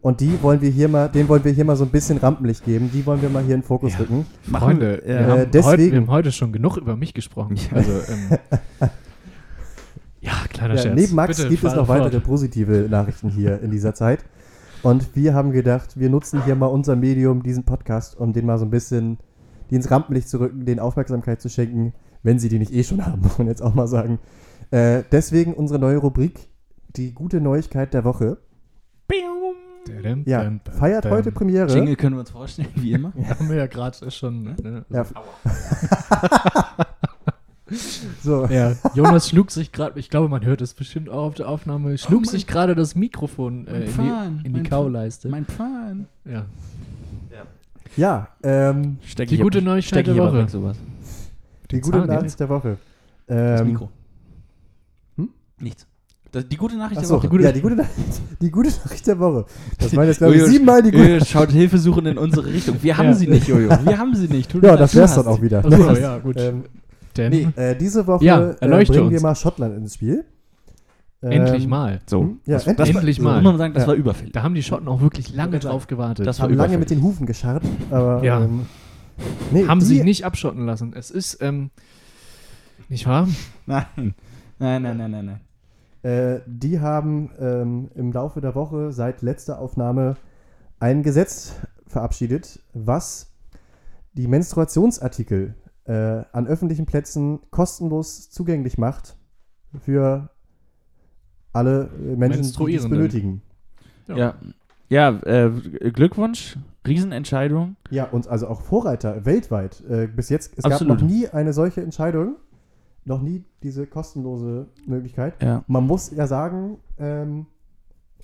S1: Und die wollen wir hier mal, denen wollen wir hier mal so ein bisschen Rampenlicht geben, die wollen wir mal hier in den Fokus
S3: Ja.
S1: rücken.
S3: Machen wir-
S2: wir,
S1: äh,
S2: haben heute,
S1: deswegen-
S2: wir haben heute schon genug über mich gesprochen. Also, ähm, ja, kleiner
S1: Ja,
S2: Scherz.
S1: neben Max
S2: Bitte,
S1: gibt es
S2: fahr
S1: noch
S2: fort.
S1: weitere positive Nachrichten hier in dieser Zeit. Und wir haben gedacht, wir nutzen hier mal unser Medium, diesen Podcast, um den mal so ein bisschen, die ins Rampenlicht zu rücken, den Aufmerksamkeit zu schenken, wenn sie die nicht eh schon haben, muss man jetzt auch mal sagen. Äh, deswegen unsere neue Rubrik, die gute Neuigkeit der Woche.
S2: Dadam,
S1: Ja,
S2: dam, dam,
S1: feiert
S2: dam.
S1: heute Premiere.
S3: Jingle können wir uns vorstellen, wie immer.
S2: Haben wir ja gerade schon. Ne?
S1: Ja. so,
S2: Ja, Jonas schlug sich gerade, ich glaube, man hört es bestimmt auch auf der Aufnahme, schlug
S4: Oh, mein-
S2: sich gerade das Mikrofon äh, in
S4: Pfahn,
S2: die, in
S4: mein
S2: die Kauleiste.
S4: mein Plan.
S2: Ja.
S1: ja, ähm,
S3: Steck
S2: Die
S3: ich
S2: gute
S3: aber-
S2: Neuigkeit
S3: steck ich
S2: der
S3: aber
S2: Woche.
S3: Weg, sowas.
S1: die
S2: Den
S1: gute
S2: Zahn
S1: Nachricht der Woche.
S3: Das
S1: Ähm,
S3: Mikro.
S1: Hm?
S3: Nichts. Das, die gute Nachricht
S1: Achso,
S3: der Woche.
S1: ja, die gute, Nachricht, die gute Nachricht der Woche. Das waren jetzt, glaube ich,
S3: Jojo,
S1: siebenmal die gute.
S3: Jojo, schaut Hilfesuchende in unsere Richtung. Wir haben
S2: Ja.
S3: sie nicht, Jojo. Wir haben sie nicht. Tut mir
S1: Ja,
S3: leid,
S1: das
S3: du
S1: wär's
S3: hast
S1: dann
S3: sie.
S1: auch wieder.
S2: Achso, ja, gut.
S1: Ähm,
S2: Denn
S1: nee, äh, diese Woche
S2: Ja,
S1: äh,
S2: erleuchte
S1: bringen wir
S2: uns.
S1: mal Schottland ins Spiel. Ähm,
S2: endlich mal.
S3: So.
S1: Ja,
S3: das,
S1: endlich
S3: das war,
S2: endlich
S3: mal.
S2: mal.
S3: Hm? Muss man sagen, das
S1: Ja.
S3: war überfällig.
S2: Da haben die Schotten auch wirklich lange drauf gewartet.
S3: Das war
S1: Haben lange
S3: überfällig.
S1: mit den Hufen gescharrt, aber
S2: Ja.
S1: ähm, nee,
S2: haben
S1: die,
S2: sich nicht abschotten lassen. Es ist, ähm, nicht wahr?
S4: Nein. Nein, nein, nein, nein, nein.
S1: Äh, die haben ähm, im Laufe der Woche seit letzter Aufnahme ein Gesetz verabschiedet, was die Menstruationsartikel äh, an öffentlichen Plätzen kostenlos zugänglich macht für alle äh, Menschen, die es
S2: Menstruierenden.
S1: benötigen.
S2: Ja.
S3: Ja, ja äh, Glückwunsch, Riesenentscheidung.
S1: Ja, und also auch Vorreiter weltweit. Äh, bis jetzt, es
S3: Absolut.
S1: gab noch nie eine solche Entscheidung, noch nie diese kostenlose Möglichkeit.
S3: Ja.
S1: Man muss ja sagen, ähm,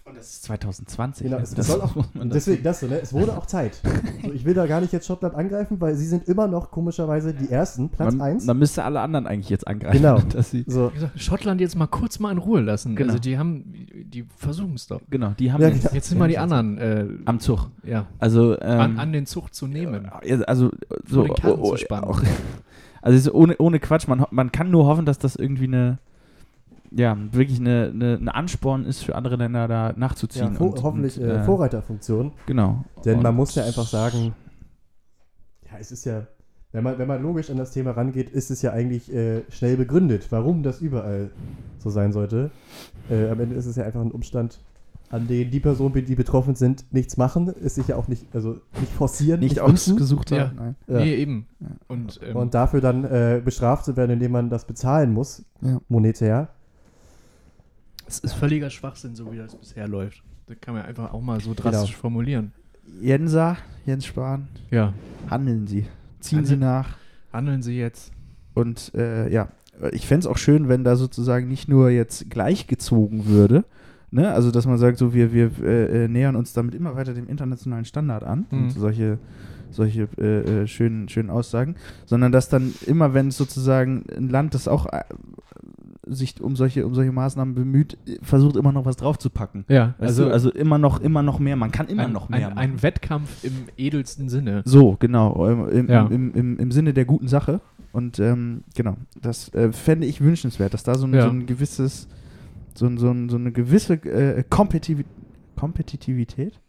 S3: Und das ist 2020.
S1: Genau,
S3: ne?
S1: es soll auch-
S3: muss man
S1: Deswegen das so, ne? Es wurde auch Zeit. So, ich will da gar nicht jetzt Schottland angreifen, weil sie sind immer noch komischerweise die ersten, Platz
S3: man,
S1: 1.
S3: man müsste alle anderen eigentlich jetzt angreifen.
S1: Genau.
S3: Dass sie,
S1: So,
S2: Wie gesagt, Schottland jetzt mal kurz mal in Ruhe lassen.
S3: Genau.
S2: Also die haben, die versuchen es doch.
S3: genau, die haben
S1: Ja,
S3: jetzt
S1: genau.
S2: Jetzt sind mal die anderen äh,
S3: am Zug.
S2: ja,
S3: Also, ähm,
S2: an, an den Zug zu nehmen.
S3: Ja, Also, so,
S2: den Karren
S3: oh, oh,
S2: zu spannen.
S3: auch- also es ist ohne, ohne Quatsch, man, ho- man kann nur hoffen, dass das irgendwie eine, ja, wirklich eine, eine, eine Ansporn ist für andere Länder da
S1: ja,
S3: nachzuziehen.
S1: ho
S3: und-
S1: hoffentlich
S3: und,
S1: äh, Vorreiterfunktion.
S3: Genau.
S1: Denn
S3: Und-
S1: man muss ja einfach sagen, ja, es ist ja, wenn man, wenn man logisch an das Thema rangeht, ist es ja eigentlich äh, schnell begründet, warum das überall so sein sollte. Äh, am Ende ist es ja einfach ein Umstand, an den die Personen, die betroffen sind, nichts machen, es sich ja auch nicht, also nicht forcieren,
S3: nicht
S1: wünschen.
S3: ausgesucht
S2: Ja.
S3: haben. Nein.
S1: Ja.
S2: Nee, eben. Und, ähm,
S1: Und dafür dann äh, bestraft zu werden, indem man das bezahlen muss,
S3: Ja.
S1: monetär.
S2: es ist völliger Schwachsinn, so wie das bisher läuft. Das kann man einfach auch mal so drastisch formulieren.
S3: Jensa, Jens Spahn,
S2: Ja.
S3: handeln Sie.
S2: Ziehen Sie
S3: nach.
S2: Handeln Sie jetzt.
S3: Und äh, ja, ich fände es auch schön, wenn da sozusagen nicht nur jetzt gleichgezogen würde, ne? also dass man sagt, so wir, wir äh, äh, nähern uns damit immer weiter dem internationalen Standard an
S2: Mhm.
S3: und solche, solche äh, äh, schönen, schönen Aussagen, sondern dass dann immer, wenn sozusagen ein Land, das auch äh, sich um solche, um solche Maßnahmen bemüht, äh, versucht immer noch was draufzupacken.
S2: Ja,
S3: Weißt also, du, also immer noch, immer noch mehr. Man kann immer
S2: ein,
S3: noch mehr
S2: Ein,
S3: machen.
S2: ein Wettkampf im edelsten Sinne.
S3: So, genau. ähm, Im,
S2: Ja.
S3: im, im, im Sinne der guten Sache. Und ähm, genau, das äh, fände ich wünschenswert, dass da so ein,
S2: Ja.
S3: so ein gewisses, so, ein, so, ein, so eine gewisse äh, Kompetitiv Kompetitivität?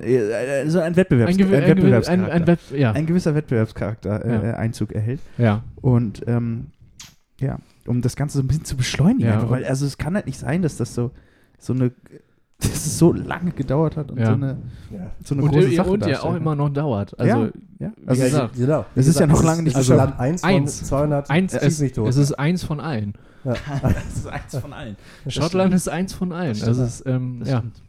S3: Äh, äh, so ein Wettbewerbs
S2: Ein, Gew-
S3: ein
S2: ein, Gewinn- ein,
S3: Wettbewerbscharakter.
S2: ein, Wett- ja,
S3: Ein gewisser Wettbewerbscharakter äh,
S2: Ja.
S3: äh, Einzug erhält.
S2: ja.
S3: Und ähm, ja, um das Ganze so ein bisschen zu beschleunigen.
S2: Ja,
S3: einfach, weil,
S2: und-
S3: also es kann halt nicht sein, dass das so, so eine, dass es so lange gedauert hat und
S2: Ja.
S3: so eine,
S1: Ja.
S3: so eine
S2: Und, äh,
S3: große
S2: und,
S3: Sache
S2: ja auch
S3: darstellt.
S2: immer noch dauert. Also
S3: ja,
S2: wie
S3: also
S2: gesagt,
S1: genau. Wie
S3: Es ist ja
S1: gesagt,
S3: noch lange nicht
S1: also
S3: geschafft.
S1: Land 1 von
S2: Eins.
S1: 200
S2: eins
S1: schieß
S2: ist,
S1: mich tot.
S2: es ist eins von allen.
S3: Das ist eins von allen.
S2: Schottland ist eins von allen.
S3: stimmt.
S2: Also es, ist, ähm,
S3: Das
S2: ja.
S3: stimmt.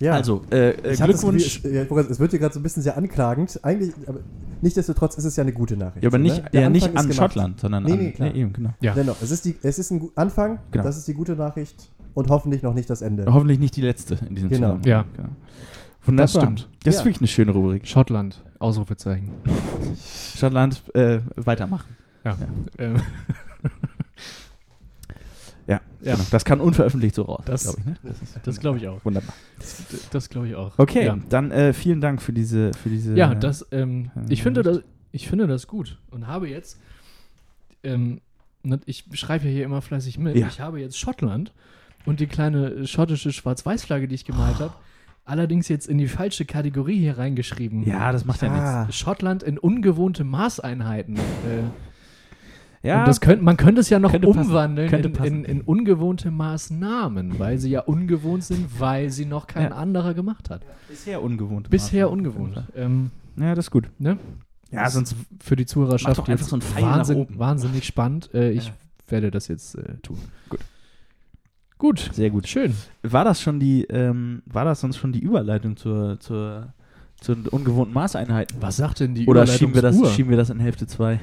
S1: ja.
S3: Also, äh, äh,
S1: Ich hab das
S3: Glückwunsch.
S1: Gefühl, es, ja, ich wollte sagen, es wird hier gerade so ein bisschen sehr anklagend. Eigentlich, aber nichtsdestotrotz ist es ja eine gute Nachricht.
S3: ja, aber
S1: so,
S3: nicht,
S1: ne? Der
S3: ja,
S1: Anfang
S3: nicht
S1: ist
S3: an
S1: gemacht.
S3: Schottland, sondern
S1: Nee,
S3: an.
S1: nee, klar.
S3: eben, genau.
S2: Ja.
S1: Dennoch, es ist, die, es ist ein gu- Anfang,
S3: Genau.
S1: das ist die gute Nachricht und hoffentlich noch nicht das Ende.
S3: Äh, Hoffentlich nicht die letzte in diesem
S1: Genau.
S3: Zusammenhang.
S2: Ja.
S3: Genau. Wunderbar. Das
S2: stimmt.
S3: Das
S1: Ja.
S3: ist wirklich eine schöne Rubrik.
S2: Schottland, Ausrufezeichen.
S3: Schottland äh, weitermachen.
S2: Ähm,
S3: Ja,
S2: Ja.
S3: Genau. Das kann unveröffentlicht so raus.
S2: Das-
S3: glaub ich, ne?
S2: das glaube ich auch.
S3: Wunderbar.
S2: Das glaube ich auch.
S3: Okay,
S2: Ja,
S3: dann äh, vielen Dank für diese. Für diese
S2: ja das, ähm,
S3: äh,
S2: ich, finde das, ich finde das gut und habe jetzt, ähm, ne, ich schreibe ja hier immer fleißig mit,
S3: Ja.
S2: ich habe jetzt Schottland und die kleine äh, schottische Schwarz-Weiß-Flagge, die ich gemalt
S3: Oh.
S2: habe, allerdings jetzt in die falsche Kategorie hier reingeschrieben.
S3: Ja, das macht ja, nichts.
S1: Ah,
S2: Schottland in ungewohnte Maßeinheiten. Äh,
S3: Ja,
S2: Und das könnt, man könnte es ja noch
S3: Könnte passen.
S2: umwandeln
S3: Könnte
S2: in, in,
S3: passen.
S2: in ungewohnte Maßnahmen, weil sie ja ungewohnt sind, weil sie noch kein
S3: Ja.
S2: anderer gemacht hat.
S3: bisher ungewohnt.
S2: Bisher
S3: Martin.
S2: ungewohnt. Ähm,
S3: Ja, das ist gut.
S2: ne?
S3: Ja, sonst
S2: Für die Zuhörerschaft
S3: Mach doch einfach so einen Pfeil nach
S2: wahnsinn,
S3: oben.
S2: wahnsinnig spannend. Äh, ich
S3: Ja.
S2: werde das jetzt äh, tun.
S3: Gut.
S2: Gut,
S3: sehr gut.
S2: schön.
S3: War das schon die, ähm, war das sonst schon die Überleitung zur, zur, zu den ungewohnten Maßeinheiten?
S2: Was sagt denn die
S3: Oder schieben wir, das,
S2: Überleitungsuhr?
S3: schieben wir das in Hälfte 2?
S1: Ja.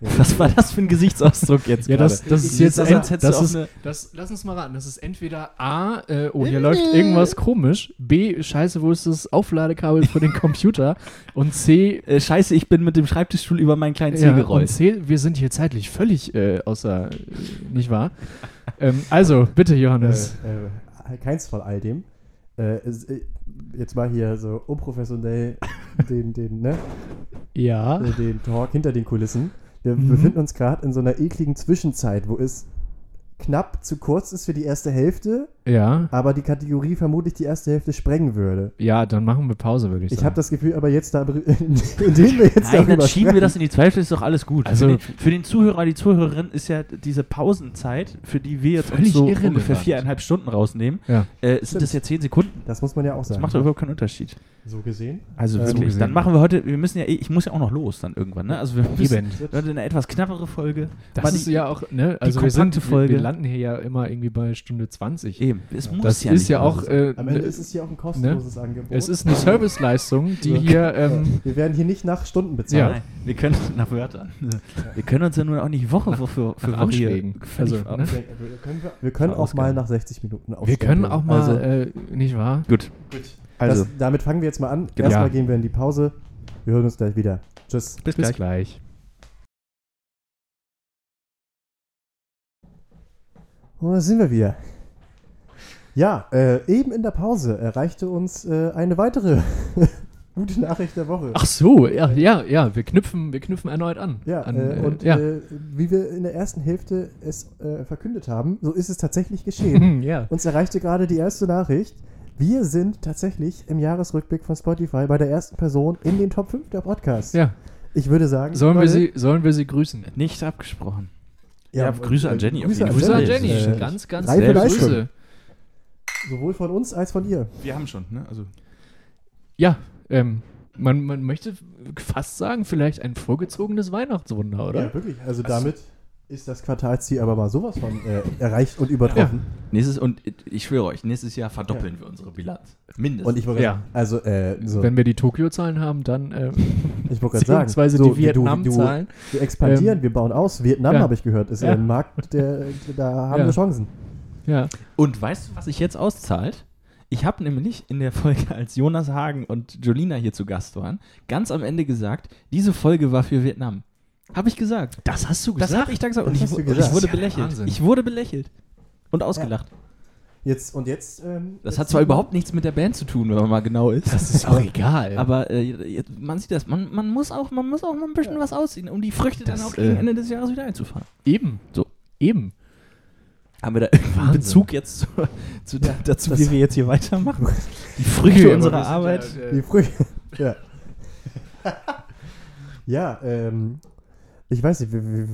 S3: Was war das für ein Gesichtsausdruck jetzt
S2: Ja,
S3: gerade?
S2: das, das ist
S1: Ich-
S2: jetzt
S1: das-
S2: ein,
S3: hättest
S2: das
S3: du auch
S2: ist,
S3: eine-
S2: das, lass uns mal raten. Das ist entweder A, äh, oh, hier läuft irgendwas komisch, B, scheiße, wo ist das Aufladekabel für den Computer und C,
S3: Äh, scheiße, ich bin mit dem Schreibtischstuhl über meinen kleinen Zeh
S2: Ja, und
S3: gerollt.
S2: C, wir sind hier zeitlich völlig äh, außer, äh, nicht wahr? ähm, also, bitte, Johannes.
S1: äh, äh, keins von all dem. Äh, es- äh, jetzt mal hier so unprofessionell den, den, ne,
S2: ja.
S1: äh, den Talk hinter den Kulissen. Wir befinden uns gerade in so einer ekligen Zwischenzeit, wo es knapp zu kurz ist für die erste Hälfte,
S2: Ja.
S1: aber die Kategorie vermutlich die erste Hälfte sprengen würde.
S2: Ja, dann machen wir Pause, würde ich sagen.
S1: Ich habe das Gefühl, aber jetzt da, indem wir jetzt
S3: Nein,
S1: darüber
S3: dann schieben wir
S1: sprechen-
S3: das in die Zweifel, ist doch alles gut.
S2: Also-
S3: für, den, für den Zuhörer, die Zuhörerin ist ja diese Pausenzeit, für die wir jetzt uns
S2: Völlig
S3: so
S2: irrelevant.
S3: ungefähr viereinhalb Stunden rausnehmen,
S2: Ja.
S3: äh, sind das ja zehn Sekunden.
S1: Das muss man ja auch
S3: Das
S1: sagen.
S2: ne?
S1: ne?
S3: macht doch überhaupt keinen Unterschied.
S1: so gesehen.
S3: Also
S1: Ähm,
S3: wirklich.
S2: gesehen.
S3: dann machen wir heute, wir müssen ja, eh- ich muss ja auch noch los dann irgendwann, ne? Also wir müssen
S2: Eben.
S3: heute eine etwas knappere Folge.
S2: Das
S3: Mal
S2: ist ja auch, ne,
S3: die
S2: also wir sind,
S3: kompakte
S2: wir,
S3: Folge.
S2: wir landen hier ja immer irgendwie bei Stunde 20.
S3: Eben, Film. Es muss
S2: Das ist
S3: nicht
S2: ja
S3: immer so
S2: auch.
S3: sein.
S2: Äh,
S1: Am Ende ist es hier auch ein kostenloses Angebot.
S2: es ist eine Serviceleistung, die
S1: Ja.
S2: hier. Ähm,
S1: Wir werden hier nicht nach Stunden
S2: Ja.
S1: bezahlt.
S3: Nein, wir können nach Wörtern. Wir können uns ja nun auch nicht Woche für, für, für
S2: nach
S3: Woche hier
S2: Anschlägen.
S3: völlig
S2: Also,
S3: ver-
S2: ne?
S1: Wir können, wir können auch mal nach 60 Minuten aufstehen.
S2: wir können auch mal.
S1: Also,
S2: äh, nicht wahr?
S3: Gut.
S4: Also,
S1: das, damit fangen wir jetzt mal an.
S2: Genau.
S1: Erstmal
S2: Ja.
S1: gehen wir in die Pause. Wir hören uns gleich wieder. Tschüss.
S3: Bis,
S2: Bis
S3: gleich.
S2: gleich.
S1: Und da sind wir wieder. Ja, äh, eben in der Pause erreichte uns äh, eine weitere gute Nachricht der Woche.
S2: Ach so, ja, ja, ja. Wir knüpfen, wir knüpfen erneut an.
S1: Ja,
S2: an,
S1: äh, und
S2: ja.
S1: Äh, wie wir in der ersten Hälfte es äh, verkündet haben, so ist es tatsächlich geschehen.
S2: ja.
S1: Uns erreichte gerade die erste Nachricht. Wir sind tatsächlich im Jahresrückblick von Spotify bei der ersten Person in den Top 5 der Podcasts.
S2: ja.
S1: Ich würde sagen,
S2: Sollen, wir
S1: Leute-
S2: sie, sollen wir sie grüßen?
S3: Nicht abgesprochen.
S1: Ja, äh,
S3: Ja, Grüße an Jenny auf
S1: Grüße
S3: jeden
S1: an
S3: Fall.
S2: Grüße an
S1: Jenny.
S2: Jenny.
S1: Äh,
S2: ganz, ganz
S1: reife
S2: liebe
S1: Leistung.
S2: Grüße.
S1: sowohl von uns als von ihr.
S4: wir haben schon, ne? Also,
S2: Ja, ähm, man, man möchte fast sagen, vielleicht ein vorgezogenes Weihnachtswunder, oder?
S1: Ja, wirklich. Also damit ist das Quartalsziel aber mal sowas von äh, erreicht und übertroffen.
S3: Nächstes, und ich schwöre euch, nächstes Jahr verdoppeln wir unsere Bilanz. Mindestens.
S1: Und ich wollte
S2: Ja.
S1: grad- also äh, so,
S2: Wenn wir die Tokio-Zahlen haben, dann äh,
S1: ich wollte gerade sagen,
S2: beziehungsweise
S1: so
S2: die Vietnam-Zahlen.
S1: Wir expandieren,
S2: Ähm,
S1: wir bauen aus. Vietnam
S2: ja.
S1: habe ich gehört, ist äh,
S2: Ja.
S1: ein Markt, der da haben
S2: Ja.
S1: wir Chancen.
S2: Ja.
S3: Und weißt du, was sich jetzt auszahlt? Ich habe nämlich in der Folge, als Jonas Hagen und Jolina hier zu Gast waren, ganz am Ende gesagt, diese Folge war für Vietnam. Habe ich gesagt.
S2: Das hast du
S3: Das habe ich da gesagt. Und
S1: Das
S3: ich,
S1: hast du
S3: wu-
S1: gesagt.
S3: ich wurde
S2: Das ist ja
S3: belächelt.
S2: Wahnsinn.
S3: Ich wurde belächelt. Und ausgelacht.
S1: Jetzt und jetzt. Ähm,
S3: Das
S1: jetzt
S3: hat zwar überhaupt nichts mit der Band zu tun, wenn man mal genau ist.
S2: Das ist auch egal.
S3: Aber äh, jetzt- man sieht das, man, man, muss auch, man muss auch mal ein bisschen was ausziehen, um die Früchte
S2: Das,
S3: dann auch gegen
S2: äh,
S3: Ende des Jahres wieder einzufahren.
S2: eben.
S3: So.
S2: Eben.
S3: Haben wir da irgendeinen
S2: Wahnsinn.
S3: Bezug jetzt zu, zu, dazu,
S1: das-
S3: wie wir jetzt hier weitermachen? Die Früchte
S2: aber wir
S3: unserer
S2: sind
S3: Arbeit.
S2: ja,
S1: Die
S2: äh,
S1: Früh. ja. ja, ähm. Ich weiß nicht, wie. wie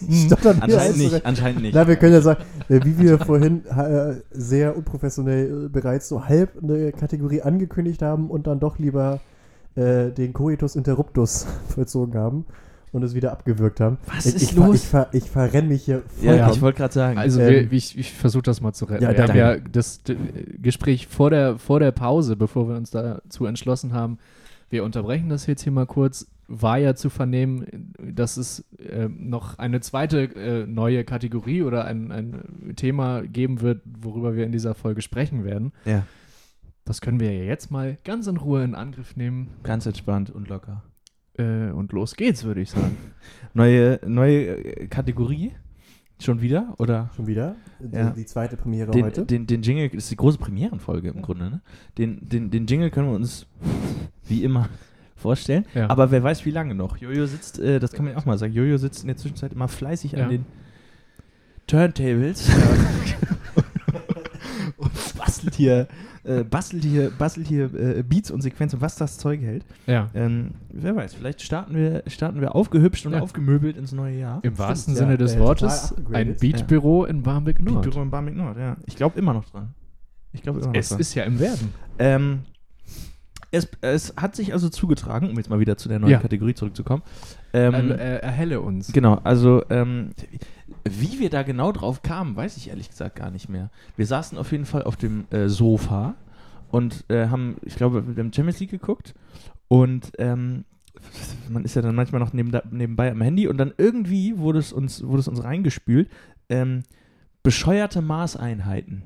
S2: Hm.
S1: ich stotter mir
S3: Anscheinend
S1: jetzt so
S3: nicht,
S1: recht.
S3: anscheinend nicht.
S1: Na, wir können ja sagen, äh, wie wir vorhin äh, sehr unprofessionell äh, bereits so halb eine Kategorie angekündigt haben und dann doch lieber äh, den Coitus Interruptus vollzogen haben und es wieder abgewürgt haben.
S3: Was
S1: ich,
S3: ist
S1: ich, ver-
S3: los?
S1: Ich, ver, ich verrenne mich hier
S3: ja,
S1: vollkommen.
S3: ich wollte gerade sagen.
S2: also
S1: ähm,
S2: wir, ich, ich versuche das mal zu retten.
S1: Ja,
S2: wir haben
S1: danke.
S2: ja das d- Gespräch vor der, vor der Pause, bevor wir uns dazu entschlossen haben, wir unterbrechen das jetzt hier mal kurz, war ja zu vernehmen, dass es ähm, noch eine zweite äh, neue Kategorie oder ein, ein Thema geben wird, worüber wir in dieser Folge sprechen werden.
S3: Ja.
S2: Das können wir ja jetzt mal ganz in Ruhe in Angriff nehmen
S3: ganz entspannt und locker.
S2: äh, und los geht's, würde ich sagen.
S3: Neue, neue äh, Kategorie? Schon wieder? Oder?
S1: Schon wieder? Die,
S3: Ja.
S1: die zweite Premiere
S3: Den,
S1: heute.
S3: den, den Jingle, das ist die große Premierenfolge im Grunde, ne? Den, den, den Jingle können wir uns wie immer vorstellen.
S2: Ja.
S3: Aber wer weiß, wie lange noch. Jojo sitzt, äh, das kann man ja auch mal sagen, Jojo sitzt in der Zwischenzeit immer fleißig
S2: Ja.
S3: an den Turntables. und bastelt hier, äh, bastelt hier, bastelt hier äh, Beats und Sequenzen, was das Zeug hält.
S2: ja.
S3: Ähm, wer weiß, vielleicht starten wir, starten wir aufgehübscht und
S2: Ja.
S3: aufgemöbelt ins neue Jahr.
S2: Im wahrsten
S1: ja,
S2: Sinne des
S1: äh,
S2: Wortes
S1: total
S2: ein
S1: upgraded.
S2: Beatbüro in Barmbek Nord.
S3: Beatbüro in Barmbek Nord, ja. Ich glaube immer noch dran. Ich glaube immer noch
S2: Es
S3: dran.
S2: ist ja im Werden.
S3: Ähm, es, es hat sich also zugetragen, um jetzt mal wieder zu der neuen
S2: Ja. Äh,
S3: Kategorie zurückzukommen. Ähm,
S2: Er, er, erhelle uns.
S3: Genau, also ähm, wie wir da genau drauf kamen, weiß ich ehrlich gesagt gar nicht mehr. Wir saßen auf jeden Fall auf dem äh, Sofa und äh, haben, ich glaube, wir haben Champions League geguckt und ähm, man ist ja dann manchmal noch neben, nebenbei am Handy und dann irgendwie wurde es uns, wurde es uns reingespült. Ähm, bescheuerte Maßeinheiten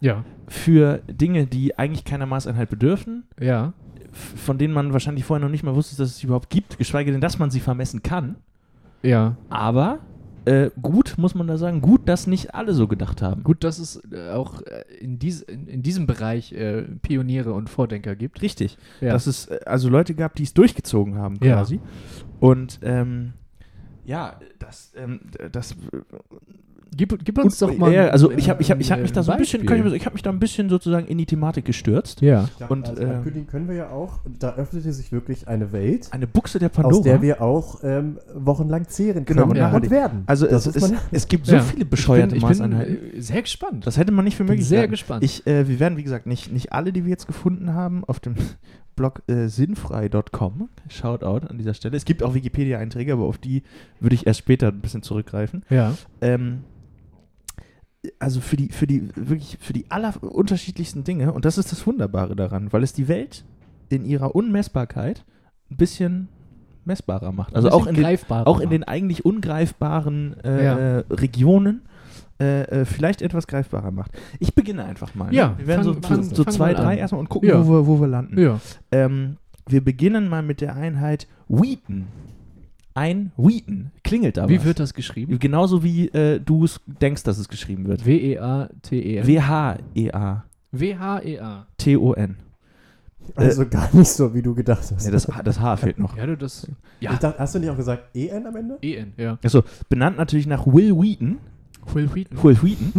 S2: Ja,
S3: für Dinge, die eigentlich keiner Maßeinheit bedürfen
S2: ja.
S3: f- von denen man wahrscheinlich vorher noch nicht mal wusste, dass es sie überhaupt gibt, geschweige denn, dass man sie vermessen kann.
S2: Ja,
S3: Aber äh, gut, muss man da sagen, gut, dass nicht alle so gedacht haben.
S2: gut, dass es äh, auch äh, in, dies, in, in diesem Bereich äh, Pioniere und Vordenker gibt.
S3: Richtig.
S2: Ja.
S3: Dass es äh, also Leute gab, die es durchgezogen haben
S2: Ja.
S3: quasi. Und ähm, ja, das, ähm, das
S2: gib, gib uns doch mal.
S3: ja, also
S2: ein-
S3: ich habe ich hab, ich hab mich da so ein bisschen,
S2: Beispiel.
S3: kann ich, mal so- ich habe mich da ein bisschen sozusagen in die Thematik gestürzt.
S2: ja.
S1: Ich glaub,
S3: und,
S1: also
S3: äh,
S1: ankündigen können wir ja auch, da öffnete sich wirklich eine Welt,
S3: Eine Buchse der Pandora.
S1: aus der wir auch ähm, wochenlang zehren
S3: Genau,
S1: können
S3: und
S2: ja.
S1: und werden.
S3: also
S1: das
S3: es,
S1: muss
S3: es,
S1: man
S3: es gibt so
S2: Ja.
S3: viele bescheuerte
S2: ich bin, ich bin
S3: Maßeinheiten.
S2: äh, sehr gespannt.
S3: Das hätte man nicht für
S2: Bin
S3: möglich
S2: sehr
S3: gehalten.
S2: gespannt.
S3: Ich, äh, wir werden, wie gesagt, nicht, nicht alle, die wir jetzt gefunden haben, auf dem Blog äh, sinnfrei.com. Shoutout an dieser Stelle. Es gibt auch Wikipedia-Einträge, aber auf die würde ich erst später ein bisschen zurückgreifen.
S2: ja.
S3: Ähm, also für die, für die, wirklich, für die allerunterschiedlichsten Dinge, und das ist das Wunderbare daran, weil es die Welt in ihrer Unmessbarkeit ein bisschen messbarer macht. Also auch in, den,
S2: greifbar.
S3: auch in den eigentlich ungreifbaren äh, äh, Regionen äh, äh, vielleicht etwas greifbarer macht. Ich beginne einfach mal. ne?
S2: Ja,
S3: wir werden
S2: fang-
S3: so,
S2: fang-
S3: so
S2: fang
S3: zwei,
S2: mal an.
S3: drei erstmal und gucken,
S2: Ja.
S3: wo, wir, wo wir landen.
S2: ja.
S3: Ähm, wir beginnen mal mit der Einheit Wheaton. Ein Wheaton. Klingelt da
S2: Wie
S3: was?
S2: wird das geschrieben?
S3: Genauso wie äh, du es denkst, dass es geschrieben wird.
S2: E
S3: E
S2: W-E-A-T-E-N.
S3: W-H-E-A-T-O-N.
S2: W-H-E-A.
S1: Also gar nicht so, wie du gedacht hast.
S3: äh, Ja, das, H- das H fehlt noch.
S2: Ja, du das.
S1: ich dachte, hast du nicht auch gesagt EN am Ende?
S2: E-N, ja.
S3: Also benannt natürlich nach Will Wheaton,
S2: Will Wheaton.
S3: Will Wheaton,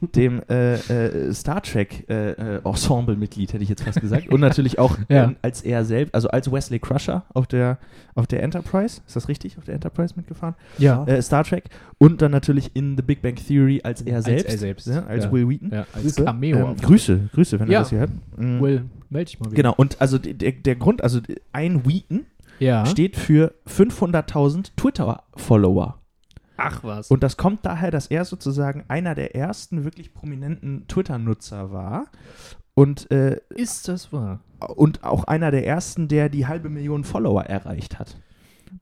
S3: dem äh, äh, Star Trek äh, äh, Ensemble-Mitglied, hätte ich jetzt fast gesagt. Und natürlich auch
S2: Ja.
S3: ähm, als er selbst, also als Wesley Crusher auf der, auf der Enterprise, ist das richtig? Auf der Enterprise mitgefahren?
S2: Ja.
S3: Äh, Star Trek. Und dann natürlich in The Big Bang Theory als er
S2: Als
S3: selbst.
S2: er selbst,
S3: Ja, als
S2: ja.
S3: Will Wheaton.
S2: ja, als
S1: Grüße.
S2: Cameo.
S3: Ähm, Grüße, Grüße, wenn ihr
S2: Ja.
S3: das hier habt. Mhm.
S2: Will, melde dich mal wieder.
S3: Genau, und also d- der, der Grund, also d- ein Wheaton
S2: Ja.
S3: steht für 500.000 Twitter-Follower.
S2: Ach was.
S3: Und das kommt daher, dass er sozusagen einer der ersten wirklich prominenten Twitter-Nutzer war und, äh,
S2: ist das wahr?
S3: und auch einer der ersten, der die halbe Million Follower erreicht hat.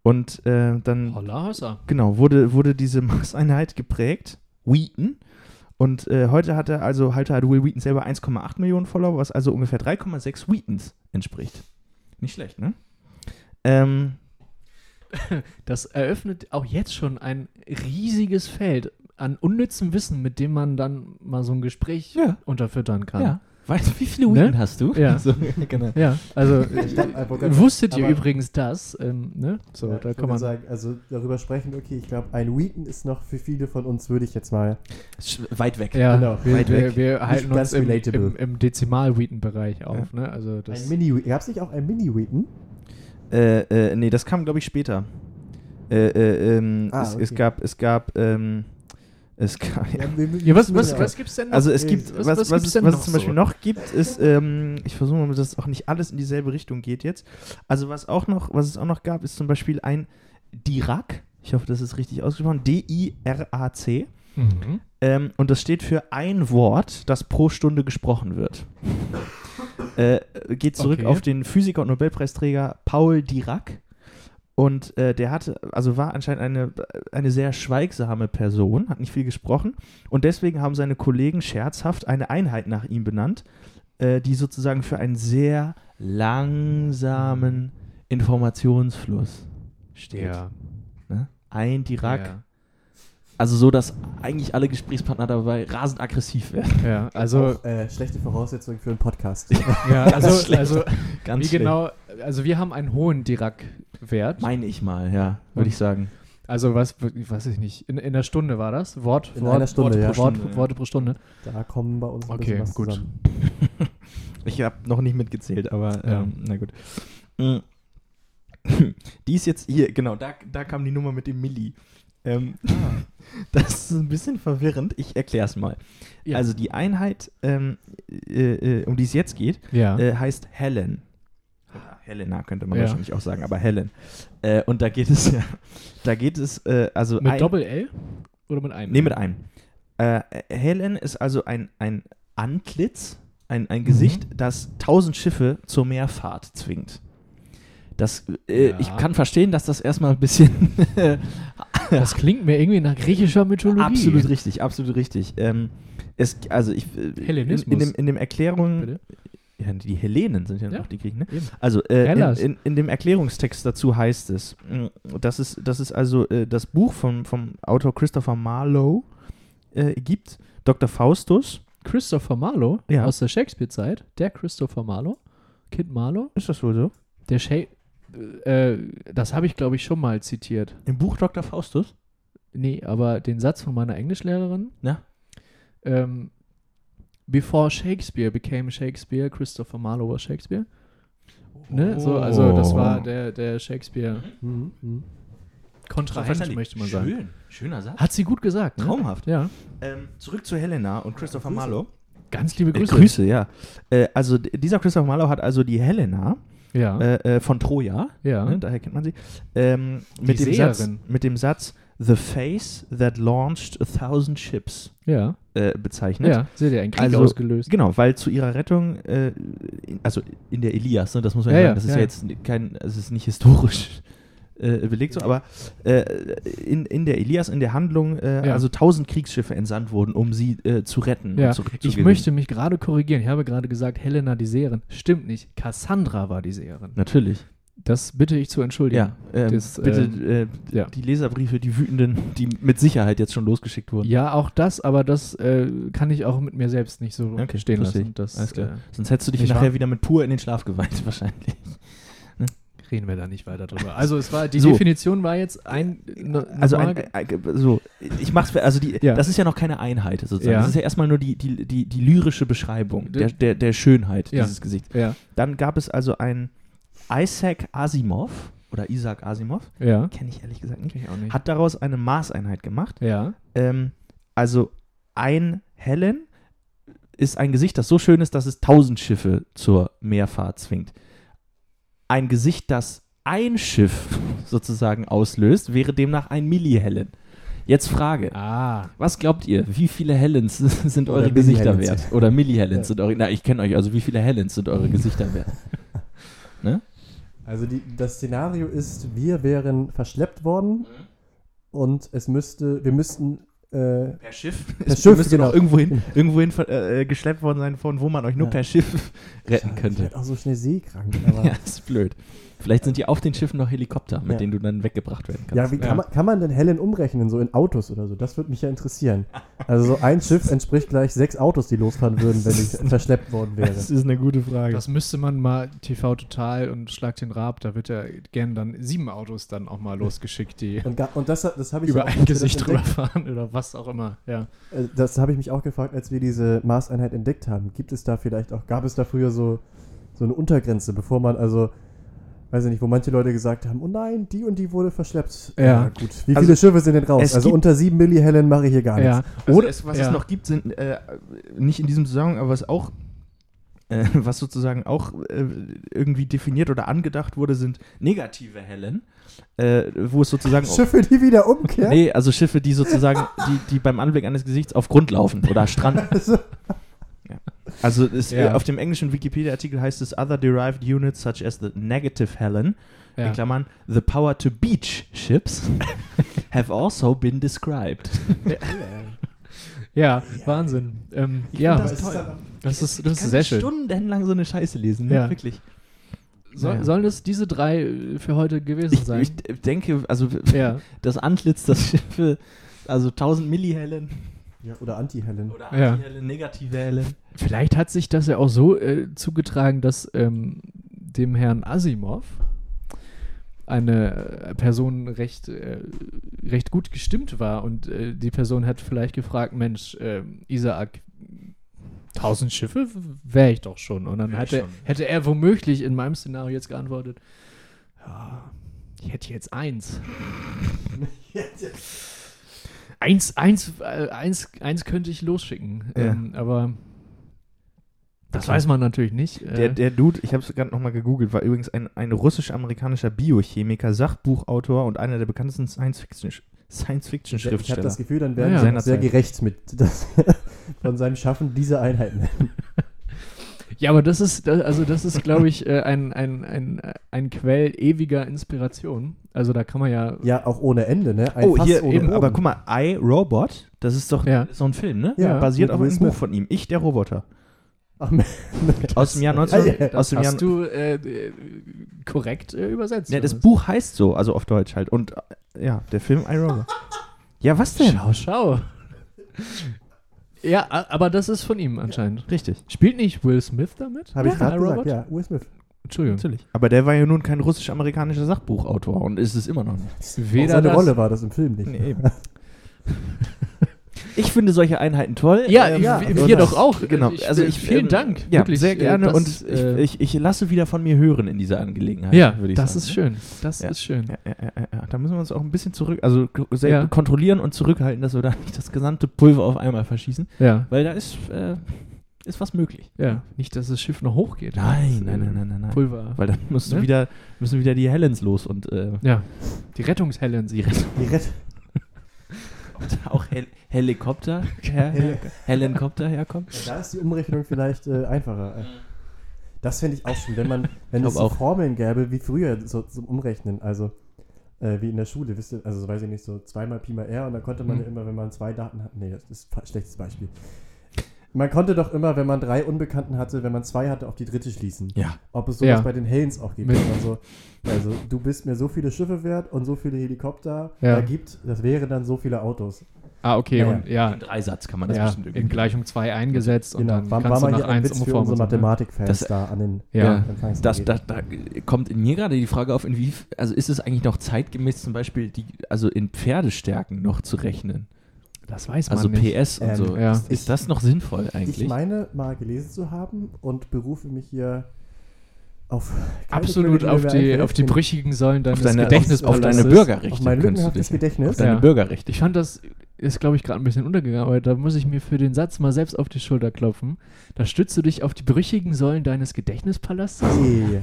S3: Und äh, dann
S2: Holla Hossa.
S3: genau, wurde, wurde diese Maßeinheit geprägt, Wheaton. Und äh, heute hat er also heute hat Will Wheaton selber 1,8 Millionen Follower, was also ungefähr 3,6 Wheatons entspricht. Nicht schlecht, ne? Ähm,
S2: Das eröffnet auch jetzt schon ein riesiges Feld an unnützem Wissen, mit dem man dann mal so ein Gespräch
S3: Ja.
S2: unterfüttern kann.
S3: ja. Weißt du, wie viele
S2: Ne?
S3: Wheaton hast du?
S2: Ja.
S3: So, genau.
S2: Ja, also
S1: Äh,
S2: wusstet ihr
S1: Aber-
S2: übrigens das? Ähm, ne? So,
S1: ja,
S2: da
S1: ich
S2: kann
S1: würde
S2: man.
S1: sagen, also darüber sprechen, okay, ich glaube, ein Wheaton ist noch für viele von uns, würde ich jetzt mal.
S3: Sch- Weit weg.
S2: Ja,
S1: Genau.
S2: wir,
S3: Weit
S2: wir,
S3: weg.
S2: wir halten uns
S1: ganz
S2: im,
S1: relatable.
S2: im, im Dezimal-Wheaton-Bereich auf. Ne? Also das
S1: Ein Mini Gab es nicht auch ein Mini Wheaton?
S3: Äh, äh, nee, das kam, glaube ich, später. Äh, äh, ähm,
S1: Ah,
S3: es, es
S1: okay.
S3: gab, es gab, ähm, es gab, ja.
S2: ja, was, was, was gibt's denn noch?
S3: Also es
S1: nee,
S3: gibt,
S2: was-
S3: was,
S2: was
S3: was,
S2: gibt's
S3: es,
S2: denn
S3: was
S2: noch
S3: es zum Beispiel
S2: so?
S3: noch gibt, ist, ähm, ich versuche mal, dass auch nicht alles in dieselbe Richtung geht jetzt. Also was auch noch, was es auch noch gab, ist zum Beispiel ein Dirac. Ich hoffe, das ist richtig ausgesprochen. D-I-R-A-C.
S2: Mhm.
S3: Ähm, und das steht für ein Wort, das pro Stunde gesprochen wird. äh, geht zurück
S2: Okay.
S3: auf den Physiker und Nobelpreisträger Paul Dirac. Und äh, der hatte, also war anscheinend eine, eine sehr schweigsame Person, hat nicht viel gesprochen. Und deswegen haben seine Kollegen scherzhaft eine Einheit nach ihm benannt, äh, die sozusagen für einen sehr langsamen Informationsfluss steht.
S2: Hm. Ja.
S3: Ne? Ein Dirac.
S2: Ja.
S3: Also so, dass eigentlich alle Gesprächspartner dabei rasend aggressiv werden.
S2: ja, also,
S1: Auch, äh, schlechte Voraussetzungen für einen Podcast.
S2: ja,
S3: Ganz
S2: also,
S3: schlecht.
S2: also
S3: Ganz
S2: wie genau, also wir haben einen hohen Dirac-Wert.
S3: Meine ich mal, ja, würde ich sagen.
S2: Also was, weiß ich nicht, in, in der Stunde war das? Wort,
S1: In
S2: Wort,
S1: einer Stunde,
S2: Wort,
S1: ja.
S2: pro Wort,
S3: Stunde, ja.
S2: Worte pro Stunde.
S1: Da kommen bei uns ein
S2: Okay,
S1: bisschen was
S2: gut.
S1: zusammen.
S3: Ich habe noch nicht mitgezählt, aber
S2: Ja.
S3: ähm, na gut. Mm. Die ist jetzt hier, genau, da, da kam die Nummer mit dem Milli. Ähm, Das ist ein bisschen verwirrend, ich erkläre es mal.
S2: Ja.
S3: Also die Einheit, ähm, äh, äh, um die es jetzt geht,
S2: ja.
S3: äh, heißt Helen. Oder Helena könnte man
S2: Ja.
S3: wahrscheinlich auch sagen, aber Helen. Äh, und da geht es ja, da geht es, äh, also
S2: mit
S3: ein-
S2: Doppel-L oder mit einem?
S3: Nee, mit einem. Äh, Helen ist also ein, ein Antlitz, ein,
S2: Mhm.
S3: ein Gesicht, das tausend Schiffe zur Meerfahrt zwingt. Das, äh,
S2: Ja.
S3: Ich kann verstehen, dass das erstmal ein bisschen
S2: Das klingt mir irgendwie nach griechischer Mythologie.
S3: absolut richtig, absolut richtig. Ähm, es, also ich, äh, In,
S2: Hellenismus.
S3: in, dem, in dem Erklärung,
S2: Bitte?
S3: ja, die Hellenen sind ja,
S2: Ja.
S3: noch die Griechen, ne?
S2: Eben.
S3: Also äh, in,
S2: Hellas.
S3: in, in dem Erklärungstext dazu heißt es, mh, dass es, dass es also äh, das Buch vom, vom Autor Christopher Marlowe äh, gibt, Dr. Faustus.
S2: Christopher Marlowe
S3: Ja.
S2: aus der Shakespeare-Zeit, der Christopher Marlowe, Kind Marlowe,
S3: Ist das wohl so?
S2: der Sha äh, das habe ich glaube ich schon mal zitiert.
S3: Im Buch Dr. Faustus?
S2: Nee, aber den Satz von meiner Englischlehrerin.
S3: Ja.
S2: Ähm, Before Shakespeare became Shakespeare, Christopher Marlowe was Shakespeare. Ne? So, also das
S3: Oh.
S2: war der, der Shakespeare-Kontrahent,
S1: Mhm, mhm.
S2: möchte man sagen.
S3: Schön, schöner Satz.
S2: Hat sie gut gesagt, ne?
S3: Traumhaft.
S2: Ja,
S3: Ähm, zurück zu Helena und Christopher Marlowe.
S2: ganz liebe
S3: Äh,
S2: Grüße.
S3: Grüße, ja. Äh, also d- dieser Christopher Marlowe hat also die Helena
S2: Ja,
S3: äh, äh, von Troja,
S2: ja.
S3: ne, daher kennt man sie, ähm, mit, dem
S2: Seherin.
S3: Satz, mit dem Satz, The Face That Launched a Thousand Ships
S2: Ja,
S3: äh, bezeichnet.
S2: ja, seht ihr, ein Krieg
S3: Also-
S2: ausgelöst.
S3: Genau, weil zu ihrer Rettung, äh, in- also in der Elias, ne, das muss man
S2: Ja,
S3: ja,
S2: ja,
S3: sagen, das ist
S2: ja,
S3: ja,
S2: ja.
S3: jetzt kein, es ist nicht historisch äh, belegt so, aber äh, in, in der Elias, in der Handlung, äh,
S2: Ja.
S3: also tausend Kriegsschiffe entsandt wurden, um sie äh, zu retten.
S2: Ja,
S3: und zu, zu
S2: ich
S3: gewinnen.
S2: möchte mich gerade korrigieren. Ich habe gerade gesagt, Helena die Seherin. Stimmt nicht. Cassandra war die Seherin.
S3: Natürlich.
S2: Das bitte ich zu entschuldigen.
S3: Ja, ähm,
S2: Das,
S3: bitte
S2: äh,
S3: äh,
S2: ja.
S3: die Leserbriefe, die wütenden, die mit Sicherheit jetzt schon losgeschickt wurden.
S2: Ja, auch das, aber das äh, kann ich auch mit mir selbst nicht so
S3: Okay, verstehe
S2: stehen lassen. Das
S3: Alles klar.
S2: äh,
S3: Sonst hättest du dich
S2: Nicht
S3: nachher
S2: wahr?
S3: wieder mit pur in den Schlaf geweint, wahrscheinlich.
S2: reden wir da nicht weiter drüber. Also es war die
S3: So.
S2: Definition war jetzt ein no-
S3: Also ein,
S2: nochmal-
S3: äh, so, ich mach's für, also die,
S2: Ja.
S3: das ist ja noch keine Einheit sozusagen.
S2: Ja.
S3: Das ist ja erstmal nur die, die, die, die lyrische Beschreibung
S2: D-
S3: der, der, der Schönheit
S2: Ja.
S3: dieses Gesichts.
S2: ja,
S3: Dann gab es also einen Isaac Asimov oder Isaac Asimov,
S2: ja,
S3: kenne ich ehrlich gesagt nicht,
S2: ich auch nicht.
S3: hat daraus eine Maßeinheit gemacht.
S2: ja,
S3: Ähm, also ein Helen ist ein Gesicht, das so schön ist, dass es tausend Schiffe zur Meerfahrt zwingt. Ein Gesicht, das ein Schiff sozusagen auslöst, wäre demnach ein Milli-Helen. Jetzt Frage.
S2: ah,
S3: Was glaubt ihr, wie viele Helens sind
S1: Oder
S3: eure Gesichter
S1: Milli-Helens.
S3: wert? Oder Milli-Helens
S1: Ja.
S3: sind eure. Na, ich kenne euch, also wie viele Helens sind eure Gesichter wert?
S1: Also die, das Szenario ist, wir wären verschleppt worden und es müsste, wir müssten, äh,
S3: Per Schiff?
S1: Per
S3: Das
S1: Schiff,
S3: Schiff müsste
S1: genau.
S3: doch irgendwohin, irgendwohin ver- äh, äh, geschleppt worden sein, von wo man euch nur
S1: Ja.
S3: per Schiff retten
S1: ich
S3: könnte.
S1: werd auch so schnell seekrank. Aber
S3: Ja, ist blöd. Vielleicht sind die auf den Schiffen noch Helikopter, mit
S1: Ja.
S3: denen du dann weggebracht werden kannst.
S1: Ja, wie
S2: Ja.
S1: kann man, kann man denn Helen umrechnen, so in Autos oder so? Das würde mich ja interessieren. Also so ein Schiff entspricht gleich sechs Autos, die losfahren würden, wenn ich verschleppt worden wäre.
S4: Das ist eine gute Frage.
S2: das müsste man mal TV Total und Schlag den Raab, da wird ja gern dann sieben Autos dann auch mal losgeschickt, die
S1: Und, ga- und das, das habe ich
S2: über
S1: ja auch-
S2: ein
S1: als wir
S2: Gesicht
S1: das
S2: drüber
S1: entdeckt-
S2: fahren oder was auch immer. Ja.
S1: äh, Das habe ich mich auch gefragt, als wir diese Maßeinheit entdeckt haben. Gibt es da vielleicht auch, gab es da früher so, so eine Untergrenze, bevor man also, weiß ich nicht, wo manche Leute gesagt haben, oh nein, die und die wurde verschleppt.
S2: Ja.
S1: gut. Wie viele
S3: Also,
S1: Schiffe sind denn raus?
S3: es
S1: Also
S3: gibt-
S1: unter sieben Milli Helen mache ich hier gar nichts.
S2: ja.
S3: Also
S2: Oder
S3: es, was
S2: ja.
S3: es noch gibt, sind äh, nicht in diesem Zusammenhang, aber was auch, äh, was sozusagen auch äh, irgendwie definiert oder angedacht wurde, sind negative Hellen, äh, wo es sozusagen
S1: Schiffe, die wieder umkehren.
S3: Nee, also Schiffe, die sozusagen, die, die beim Anblick eines Gesichts auf Grund laufen oder stranden.
S1: Also-
S3: Ja. Also es,
S2: Ja.
S3: auf dem englischen Wikipedia-Artikel heißt es Other derived units such as the negative Helen,
S2: ja.
S3: in Klammern the power to beach ships, have also been described.
S2: ja, Wahnsinn. Ähm, ja,
S1: das
S2: das,
S1: toll.
S2: ist, das ist sehr schön.
S3: stundenlang so eine Scheiße lesen, ne?
S2: Ja.
S3: wirklich.
S2: So,
S3: Naja.
S2: Sollen es diese drei äh, für heute gewesen
S3: Ich,
S2: sein?
S3: ich denke, also
S2: ja,
S3: das Antlitz, das Schiffe, also 1000 Millihellen
S1: Ja, oder Anti-Helen.
S3: oder
S2: Ja.
S3: Antihellen, negative Hellen.
S2: vielleicht hat sich das ja auch so äh, zugetragen, dass ähm, dem Herrn Asimov eine äh, Person recht, äh, recht gut gestimmt war und äh, die Person hat vielleicht gefragt, Mensch, äh, Isaac, tausend Schiffe wäre ich doch schon. Und dann
S3: Wär ich
S2: hätte,
S3: schon.
S2: hätte er womöglich in meinem Szenario jetzt geantwortet, ja, ich hätte jetzt eins. Eins, eins, äh, eins, eins könnte ich losschicken.
S3: Ja.
S2: Ähm, aber das weiß man natürlich nicht. Äh,
S3: Der, der Dude, ich habe es gerade nochmal gegoogelt, war übrigens ein, ein russisch-amerikanischer Biochemiker, Sachbuchautor und einer der bekanntesten Science-Fiction-
S1: Ich habe
S3: Science-Fiction-Schriftsteller.
S1: das Gefühl, dann werden
S2: Ja,
S1: sie
S3: ja.
S1: auch sehr gerecht mit das, von seinem Schaffen dieser Einheiten.
S2: ja, aber das ist, das, also das ist, glaube ich, äh, ein, ein, ein, äh, ein Quell ewiger Inspiration. Also da kann man ja.
S1: Ja, auch ohne Ende, ne? Ein
S3: oh,
S1: Fass
S3: hier
S1: ohne
S3: eben,
S1: Boden.
S3: aber guck mal, I, Robot, das ist doch
S2: Ja.
S3: so ein Film, ne?
S1: Ja,
S3: Basiert
S1: mit
S3: auf
S1: Will
S3: einem
S1: Smith.
S3: Buch von ihm. Ich, der Roboter.
S1: Ach, Mensch.
S3: Aus dem Jahr
S1: Ah, ja.
S3: 19... Aus dem Jahr,
S2: Also, hast du äh, äh, korrekt äh, übersetzt.
S3: ja, das
S2: Jonas.
S3: Buch heißt so, also auf Deutsch halt. Und äh, ja, der Film I, Robot. ja, was denn?
S2: Schau, schau. ja, a- aber das ist von ihm anscheinend.
S3: Richtig,
S2: Spielt nicht Will Smith damit?
S1: Habe ich
S2: Ja,
S1: gerade gesagt,
S2: iRobot?
S1: ja. Will Smith.
S2: Entschuldigung.
S3: natürlich. Aber der war ja nun kein russisch-amerikanischer Sachbuchautor und ist es immer noch nicht.
S1: Auch
S2: Weder
S1: seine
S2: das-
S1: Rolle war das im Film nicht.
S3: ich finde solche Einheiten toll.
S2: Ja,
S1: Ähm, ja,
S2: wir-
S1: also
S2: wir
S1: das-
S2: doch auch.
S3: Genau,
S2: Ich,
S3: also ich
S2: vielen
S3: ähm,
S2: Dank.
S3: Ja,
S2: wirklich,
S3: sehr
S2: äh,
S3: gerne
S2: das,
S3: und
S2: äh,
S3: ich, ich, ich lasse wieder von mir hören in dieser Angelegenheit.
S2: ja,
S3: würde ich
S2: das
S3: sagen.
S2: ist schön. Das
S3: Ja.
S2: ist schön.
S3: Ja, ja, ja, ja, ja. Da müssen wir uns auch ein bisschen zurück, also k- sehr
S2: Ja.
S3: kontrollieren und zurückhalten, dass wir da nicht das gesamte Pulver auf einmal verschießen,
S2: Ja,
S3: weil da ist, äh, ist was möglich.
S2: ja. Nicht, dass das Schiff noch hochgeht. Das,
S3: Nein,
S2: äh,
S3: nein, nein, nein, nein, nein.
S2: Pulver.
S3: Weil dann müssen,
S2: Ne?
S3: wieder, müssen wieder die Helens los und äh,
S2: ja, die Rettungshellen.
S3: die Rettung.
S1: Die Rett
S3: auch Hel Helikopter, Her Hel Helikopter herkommt.
S1: Da ist die Umrechnung vielleicht äh, einfacher. Das fände ich auch schön, wenn man, wenn
S3: Mhm. Ich
S1: es
S3: glaub
S1: so
S3: auch.
S1: Formeln gäbe, wie früher so zum Umrechnen, also äh, wie in der Schule, wisst ihr, also so weiß ich nicht, so zweimal Pi mal R und da konnte man
S3: Mhm.
S2: Hm.
S1: ja immer, wenn man zwei Daten hat, nee, das ist ein fa- schlechtes Beispiel. Man konnte doch immer, wenn man drei Unbekannten hatte, wenn man zwei hatte, auf die dritte schließen.
S3: Ja.
S1: Ob es sowas
S2: Ja.
S1: bei den Helens auch gibt.
S2: Mit-
S1: dass man so, also du bist mir so viele Schiffe wert und so viele Helikopter,
S2: Ja.
S1: da gibt, das wären dann so viele Autos.
S2: Ah, okay,
S1: Ja,
S2: und ja,
S3: In Dreisatz kann man das
S2: ja
S3: bestimmt
S2: in
S3: irgendwie.
S2: Gleichung 2 eingesetzt und dann
S1: Genau. war, war
S2: kannst
S1: mal
S2: du
S1: hier
S2: nach
S1: ein
S2: 1
S1: Witz für unsere
S2: umformen. und so, ne?
S1: Mathematikfans
S3: Das-
S1: da an den
S2: Ja.
S1: Empfangs-
S3: Das, das, da kommt in mir gerade die Frage auf, inwief, also ist es eigentlich noch zeitgemäß zum Beispiel die, also in Pferdestärken noch zu rechnen?
S2: Das weiß man
S3: Also
S2: nicht.
S3: PS und
S1: Ähm,
S3: so.
S2: ja.
S3: Ist, ist das noch sinnvoll
S1: Ich
S3: eigentlich?
S1: meine mal gelesen zu haben und berufe mich hier auf keine Quelle,
S2: Absolut
S1: mir
S2: auf
S1: mir
S2: die,
S1: einfällt.
S2: auf die brüchigen Säulen deines
S3: auf deine, auf, auf
S2: Gedächtnispalastes.
S3: deine
S1: auf
S3: Bürgerrechte
S1: mein
S3: könntest du
S1: lückenhaftes
S3: dich. Auf
S1: Gedächtnis.
S3: deine
S2: Ja.
S3: Bürgerrechte.
S2: Ich fand das ist, glaube ich, gerade ein bisschen untergegangen, aber da muss ich mir für den Satz mal selbst auf die Schulter klopfen. Da stützt du dich auf die brüchigen Säulen deines Gedächtnispalastes.
S1: Nee.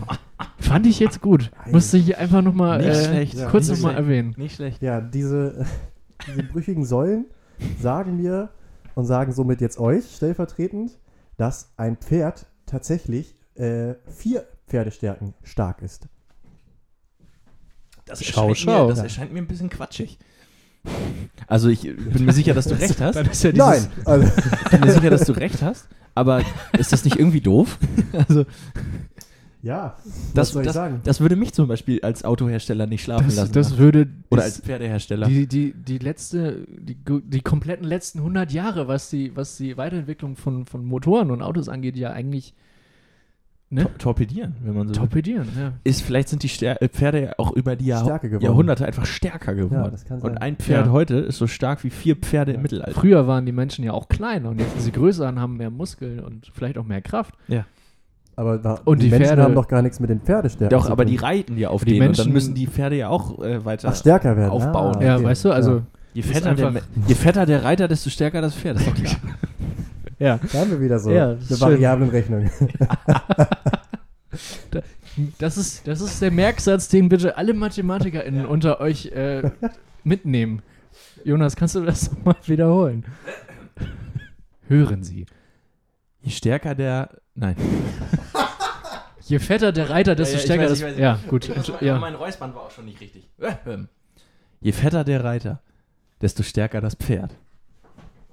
S2: Fand ich jetzt gut.
S1: Ei.
S2: Musste ich hier einfach nochmal
S3: Nicht
S2: äh,
S3: schlecht,
S1: ja,
S2: kurz
S3: nicht
S2: nochmal
S3: schlecht.
S2: erwähnen.
S3: Nicht schlecht.
S1: Ja, diese, diese brüchigen Säulen sagen mir und sagen somit jetzt euch stellvertretend, dass ein Pferd tatsächlich äh, vier Pferdestärken stark ist.
S3: Das,
S2: Schau,
S3: erscheint,
S2: schau.
S3: Mir, das
S1: Ja.
S3: erscheint mir ein bisschen quatschig. Also ich äh, bin mir sicher, dass du recht hast.
S2: Dann ist ja dieses,
S1: Nein! Also,
S3: Ich bin mir sicher, dass du recht hast. Aber ist das nicht irgendwie doof? Also
S1: ja, was
S3: das,
S1: soll ich
S3: das,
S1: sagen?
S3: das würde mich zum Beispiel als Autohersteller nicht schlafen
S2: das,
S3: lassen.
S2: das würde
S3: Oder als
S2: das,
S3: Pferdehersteller.
S2: die, die, die letzte, die, die kompletten letzten 100 Jahre, was die, was die Weiterentwicklung von, von Motoren und Autos angeht, ja eigentlich ne?
S3: To torpedieren, wenn man so will.
S2: torpedieren. Ja.
S3: Ist, vielleicht sind die Ster äh, Pferde ja auch über die Jahr
S1: Stärke geworden.
S3: Jahrhunderte einfach stärker geworden.
S1: Ja, das kann
S3: und
S1: sein.
S3: ein Pferd
S2: Ja.
S3: heute ist so stark wie vier Pferde im
S1: Ja.
S3: Mittelalter.
S2: Früher waren die Menschen ja auch kleiner und jetzt sind sie größer und haben mehr Muskeln und vielleicht auch mehr Kraft.
S1: Aber da,
S2: Und die
S1: Menschen
S2: Pferde-
S1: haben doch gar nichts mit den Pferdestärken.
S3: Doch,
S1: zu
S3: aber
S1: tun.
S3: die reiten ja auf die
S2: Die
S3: denen und
S2: Menschen-
S3: dann müssen die Pferde ja auch äh, weiter.
S1: Ach, stärker werden.
S3: aufbauen.
S1: Ah,
S2: Ja,
S1: okay.
S2: weißt du, also
S3: je,
S2: ist
S3: fetter der,
S2: einfach-
S3: Me- je fetter der Reiter, desto stärker das Pferd. Ist doch klar.
S2: ja,
S1: Da haben wir wieder so
S2: Ja,
S1: eine
S2: schön.
S1: Variablenrechnung.
S2: das ist, das ist der Merksatz, den bitte alle MathematikerInnen unter euch äh, mitnehmen. Jonas, kannst du das nochmal wiederholen? Hören Sie.
S3: Je stärker der. Nein.
S2: Je fetter der Reiter,
S3: Ja,
S2: desto
S3: ja, ich
S2: stärker
S3: weiß,
S2: das.
S3: ich weiß.
S2: ja, gut. Ja.
S3: Mein Räuspern war auch schon nicht richtig. ähm, Je fetter der Reiter, desto stärker das Pferd.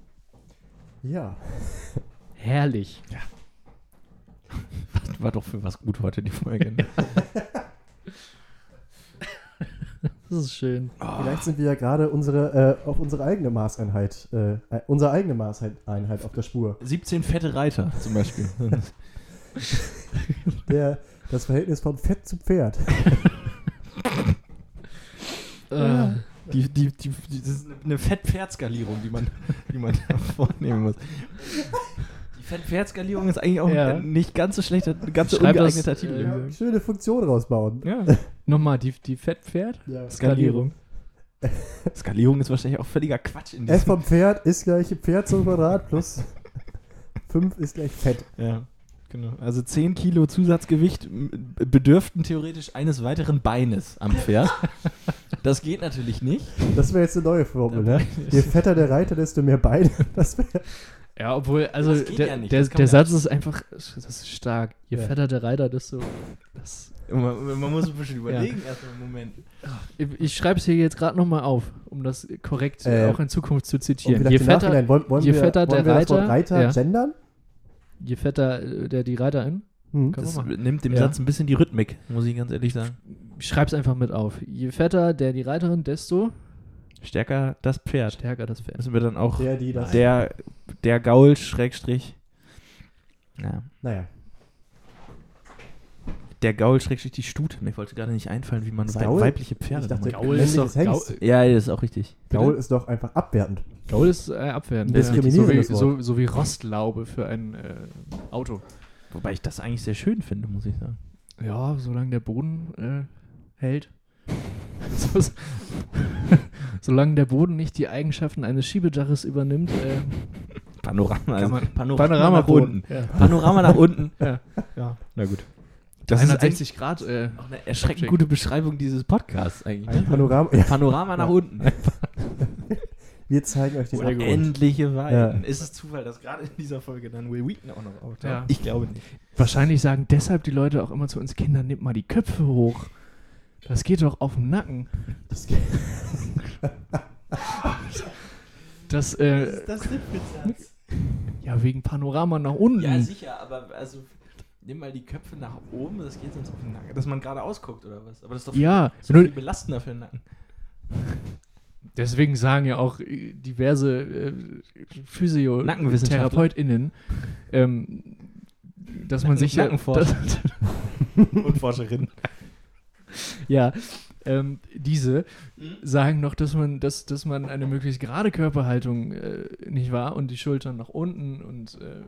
S1: ja.
S2: Herrlich.
S3: War doch für was gut heute die Folge. ne?
S2: Das ist schön.
S3: Oh. Ah.
S1: Vielleicht sind wir ja gerade unsere, äh, auf unsere eigene Maßeinheit, äh, äh, unsere eigene Maßeinheit auf der Spur.
S3: 17 fette Reiter zum Beispiel.
S1: Der, das Verhältnis von Fett zu Pferd.
S2: Äh,
S3: die, die, die, die, das ist eine Fett-Pferd-Skalierung, die man, die man vornehmen muss. Die Fett-Pferd-Skalierung ist eigentlich auch
S2: Ja.
S3: ein nicht ganz so schlechter, ein ganz so
S2: Schreib das,
S3: ungeeigneter Titel.
S2: äh,
S1: Schöne Funktion rausbauen.
S3: ja.
S2: Nochmal, die, die Fettpferd?
S1: Ja.
S2: äh, Skalierung.
S3: Skalierung ist wahrscheinlich auch völliger Quatsch in
S1: F
S3: diesem.
S1: vom Pferd ist gleich Pferd zum Quadrat plus 5 ist gleich Fett.
S3: Ja, genau. Also 10 Kilo Zusatzgewicht m- bedürften theoretisch eines weiteren Beines am Pferd. das geht natürlich nicht.
S1: Das wäre jetzt eine neue Formel, ne? Je fetter der Reiter, desto mehr Beine. Das wäre
S2: Ja, obwohl, also
S3: Das geht
S2: der,
S3: ja nicht,
S2: der,
S3: das kann
S2: der
S3: man ja
S2: Satz ist einfach, das ist stark. Je
S1: Ja.
S2: fetter der Reiter, desto. Das,
S3: Man, man muss ein bisschen überlegen erstmal im Moment.
S2: ich ich schreibe es hier jetzt gerade nochmal auf, um das korrekt
S1: Äh,
S2: auch in Zukunft zu
S1: Und
S2: zitieren.
S1: vielleicht
S2: Je
S1: im
S2: fetter,
S1: Nachhinein, wollen, wollen
S2: je
S1: wir,
S2: fetter
S1: wollen
S2: der
S1: wir das Wort
S2: Reiter,
S1: Reiter
S2: ja.
S1: gendern?
S2: je fetter äh, der die Reiter in,
S1: Hm.
S2: kann man
S3: Das
S2: machen.
S3: nimmt dem
S2: Ja.
S3: Satz ein bisschen die Rhythmik, muss ich ganz ehrlich sagen.
S2: Ich schreib's einfach mit auf. Je fetter der die Reiterin, desto
S3: Stärker das Pferd.
S2: stärker das
S1: Also,
S2: Pferd.
S3: Müssen wir dann auch
S1: Der, die, das.
S3: der, der Gaul, Schrägstrich. Ja.
S1: Naja,
S3: Der Gaul, Schrägstrich, die Stute. Mir wollte gerade nicht einfallen, wie man
S1: Das
S3: wei
S1: Gaul?
S3: weibliche Pferde
S1: Ich dachte-
S3: nennt.
S2: Gaul ist doch,
S1: männliches
S2: Gaul,
S1: Hengst.
S3: Ja, das ist auch richtig.
S1: Gaul ist doch einfach abwertend.
S2: Gaul ist äh, abwertend.
S1: Das ist
S2: ja. so, wie,
S1: diskriminierendes Wort.
S2: so, so wie Rostlaube für ein äh, Auto.
S3: Wobei ich das eigentlich sehr schön finde, muss ich sagen.
S2: Ja, solange der Boden äh, hält. So- so- solange der Boden nicht die Eigenschaften eines Schiebedaches übernimmt, äh,
S3: Panorama, also Panorama,
S2: man-
S3: nach
S2: Panoramaboden.
S3: unten.
S2: Ja.
S3: Panorama nach unten.
S2: Ja. ja.
S3: Na gut. Das ist eigentlich
S2: 360 Grad. Äh,
S3: auch eine erschreckend gute Beschreibung dieses Podcasts eigentlich.
S1: Ein
S3: Ne?
S1: Panorama. Ja,
S3: Panorama nach unten.
S1: Wir zeigen euch den
S2: Sehr gut.
S1: Abgrund.
S4: Endliche Weiden.
S1: Ja.
S4: Ist es Zufall, dass gerade in dieser Folge dann Will Wheaton auch noch auftaucht?
S2: Ja.
S4: Ich glaube nicht.
S2: Wahrscheinlich sagen deshalb die Leute auch immer zu uns Kindern, nehmt mal die Köpfe hoch. Das geht doch auf den Nacken.
S1: Das geht-
S2: Das, äh,
S4: das denn für ein Satz?
S2: ja, wegen Panorama nach unten.
S4: Ja, sicher, aber also nimm mal die Köpfe nach oben, das geht sonst auf den Nacken. Dass man gerade ausguckt oder was. Aber das ist doch
S2: Ja,
S4: so viel
S2: nur-
S4: belastender für den Nacken.
S2: Deswegen sagen ja auch äh, diverse äh,
S4: Nackenwissenschaftler.
S2: PhysiotherapeutInnen, ähm, dass man
S4: Nacken-
S2: sich äh, ja-
S4: Nackenforscher.
S2: dass-
S4: Und Forscherin.
S2: Ja, ähm, diese sagen noch, dass man, dass, dass man eine möglichst gerade Körperhaltung äh, nicht wahr und die Schultern nach unten und äh,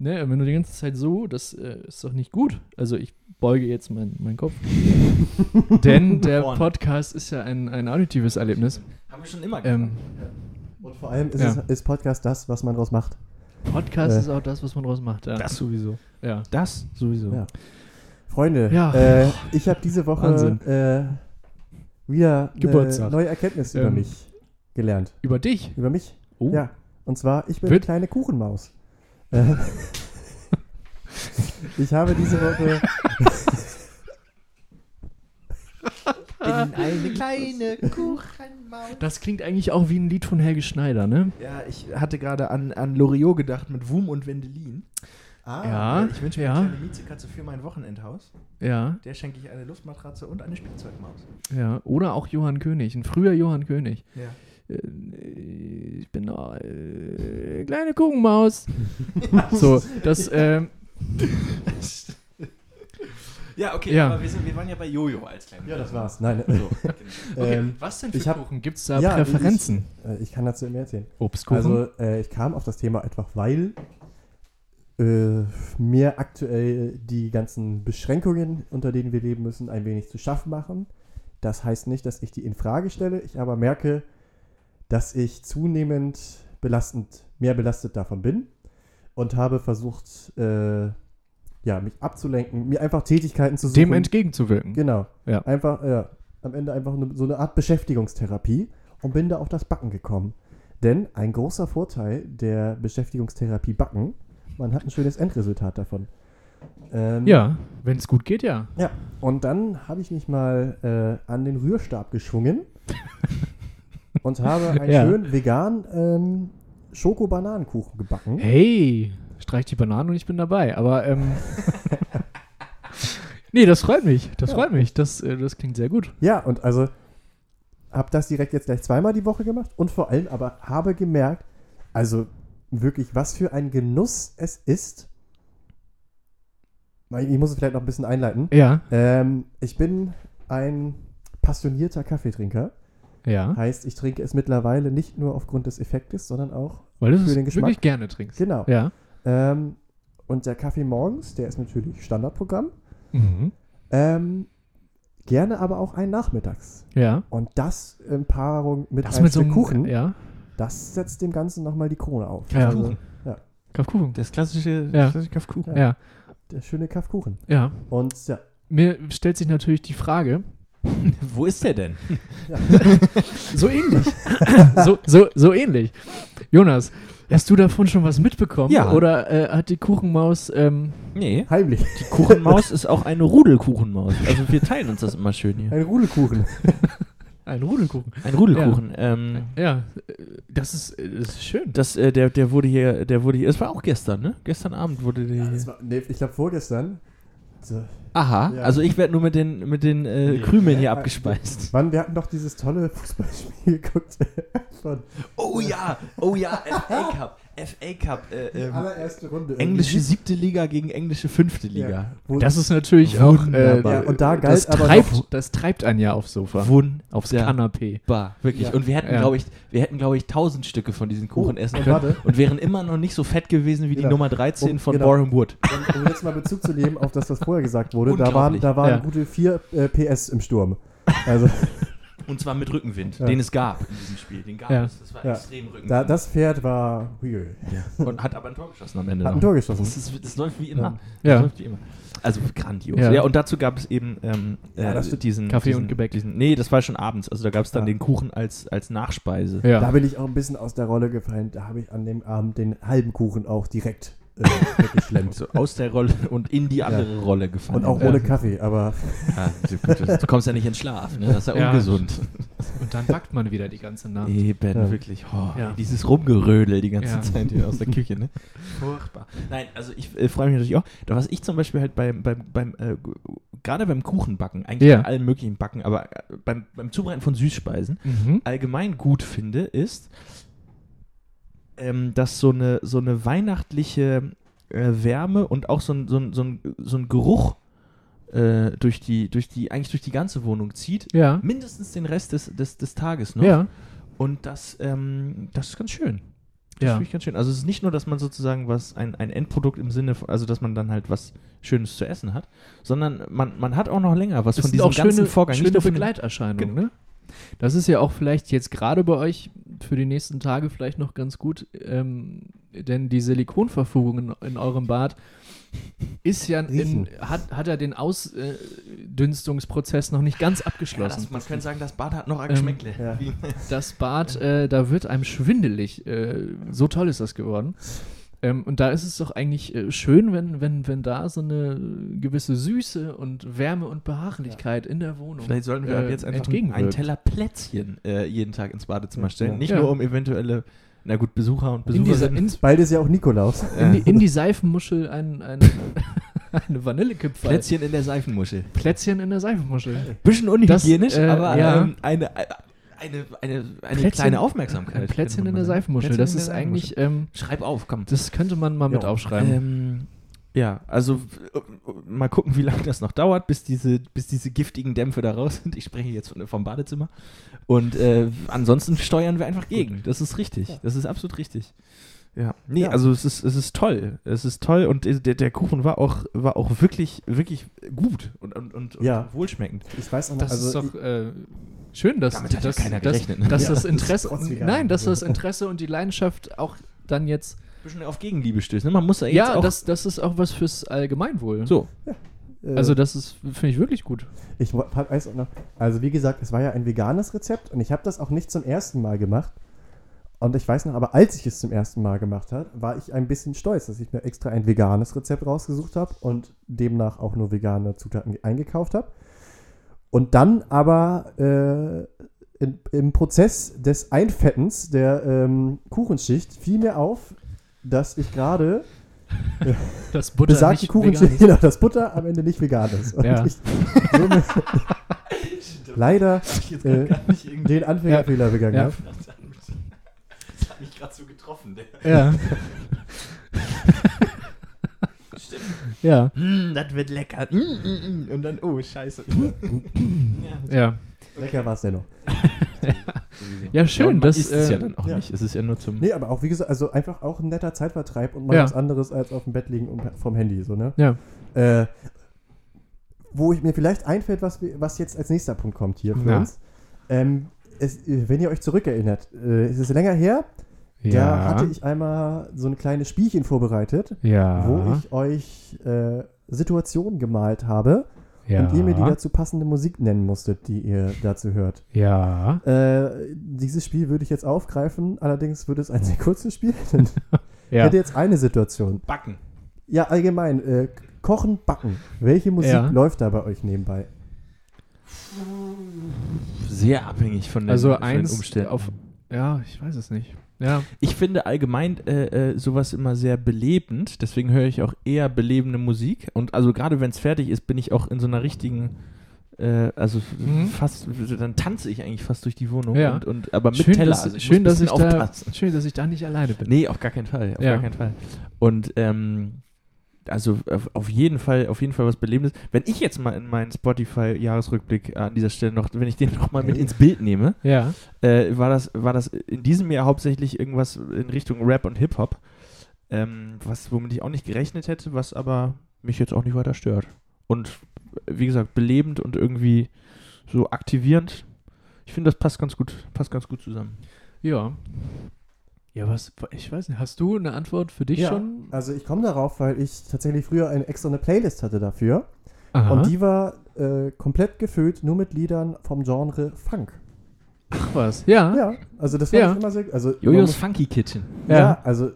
S2: ne, wenn du die ganze Zeit so, das äh, ist doch nicht gut. Also ich beuge jetzt meinen meinen Kopf. Denn der
S4: Vorne.
S2: Podcast ist ja ein, ein auditives Erlebnis.
S4: Haben wir schon immer
S2: Ähm,
S1: Und vor allem ist,
S2: Ja.
S1: es, ist Podcast das, was man draus macht.
S2: Podcast
S1: Äh.
S2: ist auch das, was man draus macht. Ja.
S3: Das sowieso.
S2: ja.
S3: Das sowieso.
S1: Ja. Freunde,
S2: Ja.
S1: äh, ich habe diese
S2: Wahnsinn.
S1: Woche äh, wieder eine
S3: Geburtstag.
S1: neue Erkenntnis über
S2: Ähm.
S1: mich gelernt.
S2: Über dich.
S1: Über mich?
S2: Oh.
S1: Ja. Und zwar, ich bin
S2: Wird-
S1: eine kleine Kuchenmaus. Äh, ich habe diese Woche.
S4: bin eine kleine Kuchenmaus.
S2: Das klingt eigentlich auch wie ein Lied von Helge Schneider, ne?
S4: Ja, ich hatte gerade an, an Loriot gedacht mit Wum und Wendelin. Ah,
S1: Ah,
S4: äh,
S2: Ja.
S4: Ich wünsche mir
S2: ja.
S4: eine kleine Miezekatze für mein Wochenendhaus.
S2: Ja,
S4: Der schenke ich eine Luftmatratze und eine Spielzeugmaus.
S2: ja. Oder auch Johann König, ein früher Johann König.
S4: Ja.
S2: äh, ich bin eine äh, kleine Kuchenmaus. so, das, ähm,
S4: Ja, okay,
S2: Ja.
S4: aber wir, sind, wir waren ja bei Jojo als kleine.
S1: Ja, das war's. Nein. Äh,
S4: So, genau.
S2: okay,
S1: ähm,
S2: was denn für
S1: ich hab-
S2: Kuchen? Gibt es da
S1: ja,
S2: Präferenzen?
S1: Ich, äh, ich kann dazu mehr erzählen.
S2: Obstkuchen?
S1: Also, äh, ich kam auf das Thema einfach, weil äh, mir aktuell die ganzen Beschränkungen, unter denen wir leben müssen, ein wenig zu schaffen machen. Das heißt nicht, dass ich die in Frage stelle. Ich aber merke, dass ich zunehmend belastend, mehr belastet davon bin und habe versucht, äh, ja, mich abzulenken, mir einfach Tätigkeiten zu suchen.
S2: Dem entgegenzuwirken.
S1: Genau.
S2: Hm? Ja.
S1: Einfach, ja, am Ende einfach eine- so eine Art Beschäftigungstherapie und bin da auf das Backen gekommen. Denn ein großer Vorteil der Beschäftigungstherapie Backen, man hat ein schönes Endresultat davon. Ähm,
S2: Ja, wenn es gut geht, ja.
S1: Ja, und dann habe ich mich mal äh, an den Rührstab geschwungen und habe einen
S2: Ja.
S1: schönen veganen ähm, Schoko-Bananenkuchen gebacken.
S2: Hey, streich die Banane und ich bin dabei. Aber, ähm, nee, das freut mich. Das freut mich. Das, äh, das klingt sehr gut.
S1: Ja, und also habe das direkt jetzt gleich zweimal die Woche gemacht und vor allem aber habe gemerkt, also wirklich, was für ein Genuss es ist. Mal, Ich muss es vielleicht noch ein bisschen einleiten.
S2: Ja,
S1: Ähm, ich bin ein passionierter Kaffeetrinker.
S2: ja.
S1: Heißt, ich trinke es mittlerweile nicht nur aufgrund des Effektes, sondern auch,
S2: Weil du
S1: Für
S2: es
S1: den Geschmack.
S2: wirklich gerne trinkst.
S1: genau.
S2: Ja.
S1: Ähm, und der Kaffee morgens, der ist natürlich Standardprogramm.
S2: Mhm.
S1: Ähm, gerne aber auch einen nachmittags.
S2: Ja.
S1: Und das in Paarung mit
S2: Das
S1: einem
S2: mit so
S1: Stück
S2: einem
S1: Kuchen,
S2: Ja.
S1: das setzt dem Ganzen nochmal die Krone auf.
S2: Ja.
S1: Also,
S2: Kaffkuchen.
S3: Das klassische,
S2: Ja.
S3: klassische Kaffkuchen.
S1: Ja.
S2: Ja.
S1: der schöne Kaffkuchen.
S2: Ja.
S1: Und ja,
S2: Mir stellt sich natürlich die Frage,
S3: Wo ist der denn?
S2: So ähnlich. so, so, so ähnlich. Jonas, hast du davon schon was mitbekommen?
S3: Ja.
S2: Oder äh, hat die Kuchenmaus. Ähm,
S3: Nee.
S1: heimlich,
S3: Die Kuchenmaus ist auch eine Rudelkuchenmaus. Also wir teilen uns das immer schön hier.
S1: ein Rudelkuchen.
S2: ein Rudelkuchen.
S3: Ein Rudelkuchen. Ähm,
S2: Ja, äh, das ist, äh, das ist schön.
S3: das, äh, der, der wurde hier, der wurde hier, das war auch gestern, ne? Gestern Abend wurde der hier.
S1: Das war, nee, ich glaube vorgestern. So,
S3: Aha,
S1: Ja.
S3: also ich werde nur mit den, mit den äh, Krümeln hier abgespeist.
S1: wann, wir hatten doch dieses tolle Fußballspiel geguckt. Von
S4: Oh ja, oh ja, FA Cup, FA Cup, äh,
S1: die
S4: ähm,
S1: allererste Runde.
S4: englische
S1: irgendwie.
S4: siebte Liga gegen englische fünfte Liga.
S1: Ja, wo,
S2: Das ist natürlich auch. Äh,
S1: ja, und da galt
S2: das,
S1: aber
S2: treibt,
S1: noch,
S2: das treibt einen ja aufs Sofa.
S3: Wunderbar,
S2: Aufs Kanapee.
S3: wirklich.
S1: Ja.
S3: Und wir hätten,
S2: Ja.
S3: glaube ich, wir hätten, glaube ich, tausend Stücke von diesen Kuchen
S1: Oh,
S3: essen
S1: und
S3: können
S1: warte.
S3: und wären immer noch nicht so fett gewesen wie die
S1: Genau.
S3: Nummer 13
S1: Und-
S3: von
S1: genau.
S3: Warren Wood.
S1: um, um jetzt mal Bezug zu nehmen auf das, was vorher gesagt wurde, da waren,
S3: Unglaublich.
S1: da waren
S2: Ja.
S1: gute vier äh, PS im Sturm. Also
S3: Und zwar mit Rückenwind,
S1: Ja.
S3: den es gab in diesem Spiel. Den gab
S2: Ja.
S3: es. Das war
S1: Ja.
S3: extrem Rückenwind.
S1: Da, das Pferd war real.
S3: und hat aber ein Tor geschossen am Ende.
S1: Hat ein
S3: noch.
S1: Tor geschossen.
S3: Das, ist, das läuft wie immer.
S2: Ja.
S3: Das läuft wie immer. Also grandios.
S2: Ja.
S3: Ja, und dazu gab es eben ähm, äh,
S1: Ja, das-
S3: diesen
S2: Kaffee
S3: diesen,
S2: und Gebäck.
S3: Diesen, nee, das war schon abends. Also da gab es dann
S1: Ja.
S3: den Kuchen als, als Nachspeise.
S2: Ja.
S1: Da bin ich auch ein bisschen aus der Rolle gefallen. Da habe ich an dem Abend den halben Kuchen auch direkt äh, weggeschlemmt.
S3: So aus der Rolle und in die andere Rolle gefallen.
S1: Und auch
S3: Ja.
S1: ohne Kaffee, aber
S3: Ja, gut, du kommst ja nicht in Schlaf, ne? Das ist ja,
S2: Ja.
S3: ungesund.
S2: Und dann backt man wieder die ganze Nacht.
S3: Eben,
S1: Ja.
S3: wirklich. Oh,
S2: Ja.
S3: Dieses Rumgerödel die ganze
S2: Ja.
S3: Zeit hier aus der Küche, ne? Furchtbar. Nein, also ich äh, freue mich natürlich auch. Da was ich zum Beispiel halt beim, beim, beim äh, gerade beim Kuchenbacken, eigentlich
S2: Ja.
S3: bei allen möglichen Backen, aber äh, beim, beim Zubereiten von Süßspeisen
S2: Mhm.
S3: allgemein gut finde, ist, ähm, dass so eine, so eine weihnachtliche äh, Wärme und auch so ein, so ein, so ein, so ein Geruch äh, durch die, durch die, eigentlich durch die ganze Wohnung zieht.
S2: Ja.
S3: Mindestens den Rest des, des, des Tages ne? noch.
S2: Ja.
S3: Und das, ähm, das ist ganz schön. Das
S2: Ja.
S3: finde ich ganz schön. Also es ist nicht nur, dass man sozusagen was, ein, ein Endprodukt im Sinne, von, also dass man dann halt was Schönes zu essen hat, sondern man, man hat auch noch länger was von
S2: sind
S3: diesem ganzen Vorgang.
S2: Schöne
S3: nur von dem-
S2: Begleiterscheinungen,
S3: Genau.
S2: ne? Das ist ja auch vielleicht jetzt gerade bei euch für die nächsten Tage vielleicht noch ganz gut, ähm, denn die Silikonverfügung in, in eurem Bad ist ja in,
S1: Riechen.
S2: hat, hat er den Ausdünstungsprozess noch nicht ganz
S3: ja, das,
S2: abgeschlossen.
S3: man könnte sagen, das Bad hat noch ein
S2: Ähm,
S3: Geschmäckle.
S1: ja.
S3: Wie-
S2: das Bad, äh, da wird einem schwindelig. Äh, so toll ist das geworden. Ähm, und da ist es doch eigentlich äh, schön, wenn, wenn, wenn da so eine gewisse Süße und Wärme und Behaglichkeit in der Wohnung.
S3: Vielleicht sollten wir ab
S2: äh,
S3: jetzt einfach einen,
S2: entgegenwirkt.
S3: einen Teller Plätzchen äh, jeden Tag ins Badezimmer stellen.
S1: Ja.
S3: Nicht
S2: Ja.
S3: nur um eventuelle, na gut, Besucher und
S2: in, dieser,
S3: Besucherinnen.
S2: in,
S1: bald ist ja auch Nikolaus.
S2: in, die, in die Seifenmuschel ein, ein, eine Vanillekipferl.
S3: Plätzchen in der Seifenmuschel.
S2: Plätzchen in der Seifenmuschel.
S3: Bisschen unhygienisch,
S2: Das, äh,
S3: aber
S2: ja.
S3: ähm, eine, eine, eine, eine
S2: Plätzchen-
S3: kleine
S2: Ein
S3: Aufmerksamkeit.
S2: Plätzchen
S3: könnte man
S2: in der
S3: sagen.
S2: Seifenmuschel.
S3: Plätzchen
S2: Das
S3: in der
S2: ist
S3: Seifenmuschel.
S2: eigentlich, ähm,
S3: Schreib auf, komm.
S2: das könnte man mal mit
S1: Ja.
S2: aufschreiben.
S3: Ähm, ja, also äh, mal gucken, wie lange das noch dauert, bis diese, bis diese giftigen Dämpfe da raus sind. Ich spreche jetzt von, vom Badezimmer. Und äh, ansonsten steuern wir einfach gegen. Das ist richtig. Das ist absolut richtig. Ja. Nee,
S1: Ja.
S3: also es ist, es ist toll. Es ist toll und äh, der, der Kuchen war auch, war auch wirklich, wirklich gut und, und, und, und
S1: Ja.
S3: wohlschmeckend.
S1: Ich weiß auch noch,
S2: Das
S1: also
S2: ist doch äh, schön, dass,
S3: Damit hat ja
S2: dass,
S3: keiner
S2: dass,
S3: gerechnet, ne?
S2: dass
S1: Ja,
S2: das
S1: das ist
S2: Interesse,
S1: trotzdem gar
S2: nein,
S1: nicht
S2: dass
S1: so.
S2: das Interesse und die Leidenschaft auch dann jetzt,
S3: Bisschen auf Gegenliebe stößt. Ne? Man muss ja jetzt
S2: ja,
S3: auch
S2: das, das ist auch was fürs Allgemeinwohl.
S3: so.
S1: ich, äh,
S2: Also das ist, finde ich wirklich gut.
S1: ich wa- hab- weiß auch noch, also wie gesagt, es war ja ein veganes Rezept und ich habe das auch nicht zum ersten Mal gemacht. Und ich weiß noch, aber als ich es zum ersten Mal gemacht habe, war ich ein bisschen stolz, dass ich mir extra ein veganes Rezept rausgesucht habe und demnach auch nur vegane Zutaten eingekauft habe. Und dann aber äh, in, im Prozess des Einfettens der ähm, Kuchenschicht fiel mir auf, dass ich gerade
S2: Das Butter
S1: besagte
S2: nicht vegan
S1: Kuchenschicht,
S2: ist.
S1: genau, dass Butter am Ende nicht vegan ist. Und
S2: Ja.
S1: ich somit leider äh, den Anfängerfehler begangen
S2: Ja.
S1: habe.
S3: Das hat mich gerade so getroffen. Der.
S2: Ja. ja,
S3: Mm, das wird lecker. Mm, mm, mm. Und dann, oh, scheiße.
S2: ja.
S1: Lecker war es dennoch.
S2: Ja, schön,
S3: und man
S2: das,
S3: isst es
S2: äh,
S3: ja dann auch
S1: ja.
S3: nicht. Es ist ja nur zum.
S1: Nee, aber auch, wie gesagt, also einfach auch ein netter Zeitvertreib und mal
S2: Ja.
S1: was anderes als auf dem Bett liegen und vom Handy, so, ne?
S2: Ja.
S1: Äh, wo ich mir vielleicht einfällt, was, wir- was jetzt als nächster Punkt kommt hier für
S2: Ja.
S1: uns. Ähm, es, äh, wenn ihr euch zurückerinnert, äh, es ist länger her, da hatte ich einmal so ein kleines Spielchen vorbereitet,
S2: ja.
S1: wo ich euch äh, Situationen gemalt habe
S2: ja.
S1: und ihr mir die dazu passende Musik nennen musstet, die ihr dazu hört.
S2: Ja.
S1: Äh, dieses Spiel würde ich jetzt aufgreifen, allerdings wird es ein sehr kurzes Spiel. Denn ich
S2: Ja.
S1: hätte jetzt eine Situation.
S3: Backen.
S1: Ja, allgemein, äh, Kochen, Backen. Welche Musik
S2: Ja.
S1: läuft da bei euch nebenbei?
S3: Sehr abhängig von den,
S2: Also
S3: von den
S2: eins
S3: Umständen.
S2: auf, ja, ich weiß es nicht. Ja,
S3: ich finde allgemein äh, äh, sowas immer sehr belebend. Deswegen höre ich auch eher belebende Musik. Und also gerade wenn es fertig ist, bin ich auch in so einer richtigen. Äh, also f-
S2: Mhm.
S3: fast, dann tanze ich eigentlich fast durch die Wohnung.
S2: Ja.
S3: Und, und, aber mit
S2: schön,
S3: Teller.
S2: dass,
S3: also muss ein
S2: schön, dass ich
S3: bisschen
S2: da,
S3: aufpassen.
S2: schön, dass ich da nicht alleine bin.
S3: Nee, auf gar keinen Fall. Auf
S2: Ja.
S3: gar keinen Fall. Und ähm, also auf, auf jeden Fall, auf jeden Fall was Belebendes. Wenn ich jetzt mal in meinen Spotify-Jahresrückblick an dieser Stelle noch, wenn ich den nochmal mit ins Bild nehme,
S2: Ja,
S3: äh, war, das, war das in diesem Jahr hauptsächlich irgendwas in Richtung Rap und Hip-Hop. Ähm, was, womit ich auch nicht gerechnet hätte, was aber mich jetzt auch nicht weiter stört. Und äh, wie gesagt, belebend und irgendwie so aktivierend.
S5: Ich finde, das passt ganz gut, passt ganz gut zusammen.
S2: Ja. Ja, was, ich weiß nicht, hast du eine Antwort für dich
S1: Ja.
S2: schon?
S1: Also ich komme darauf, weil ich tatsächlich früher eine extra eine Playlist hatte dafür.
S2: Aha.
S1: Und die war äh, komplett gefüllt nur mit Liedern vom Genre Funk.
S2: Ach was, ja.
S1: Ja, also das fand
S2: Ah. Ja.
S1: ich immer sehr... Also
S3: Jojos Funky Kitchen.
S1: Ja,
S2: Ja.
S1: also äh,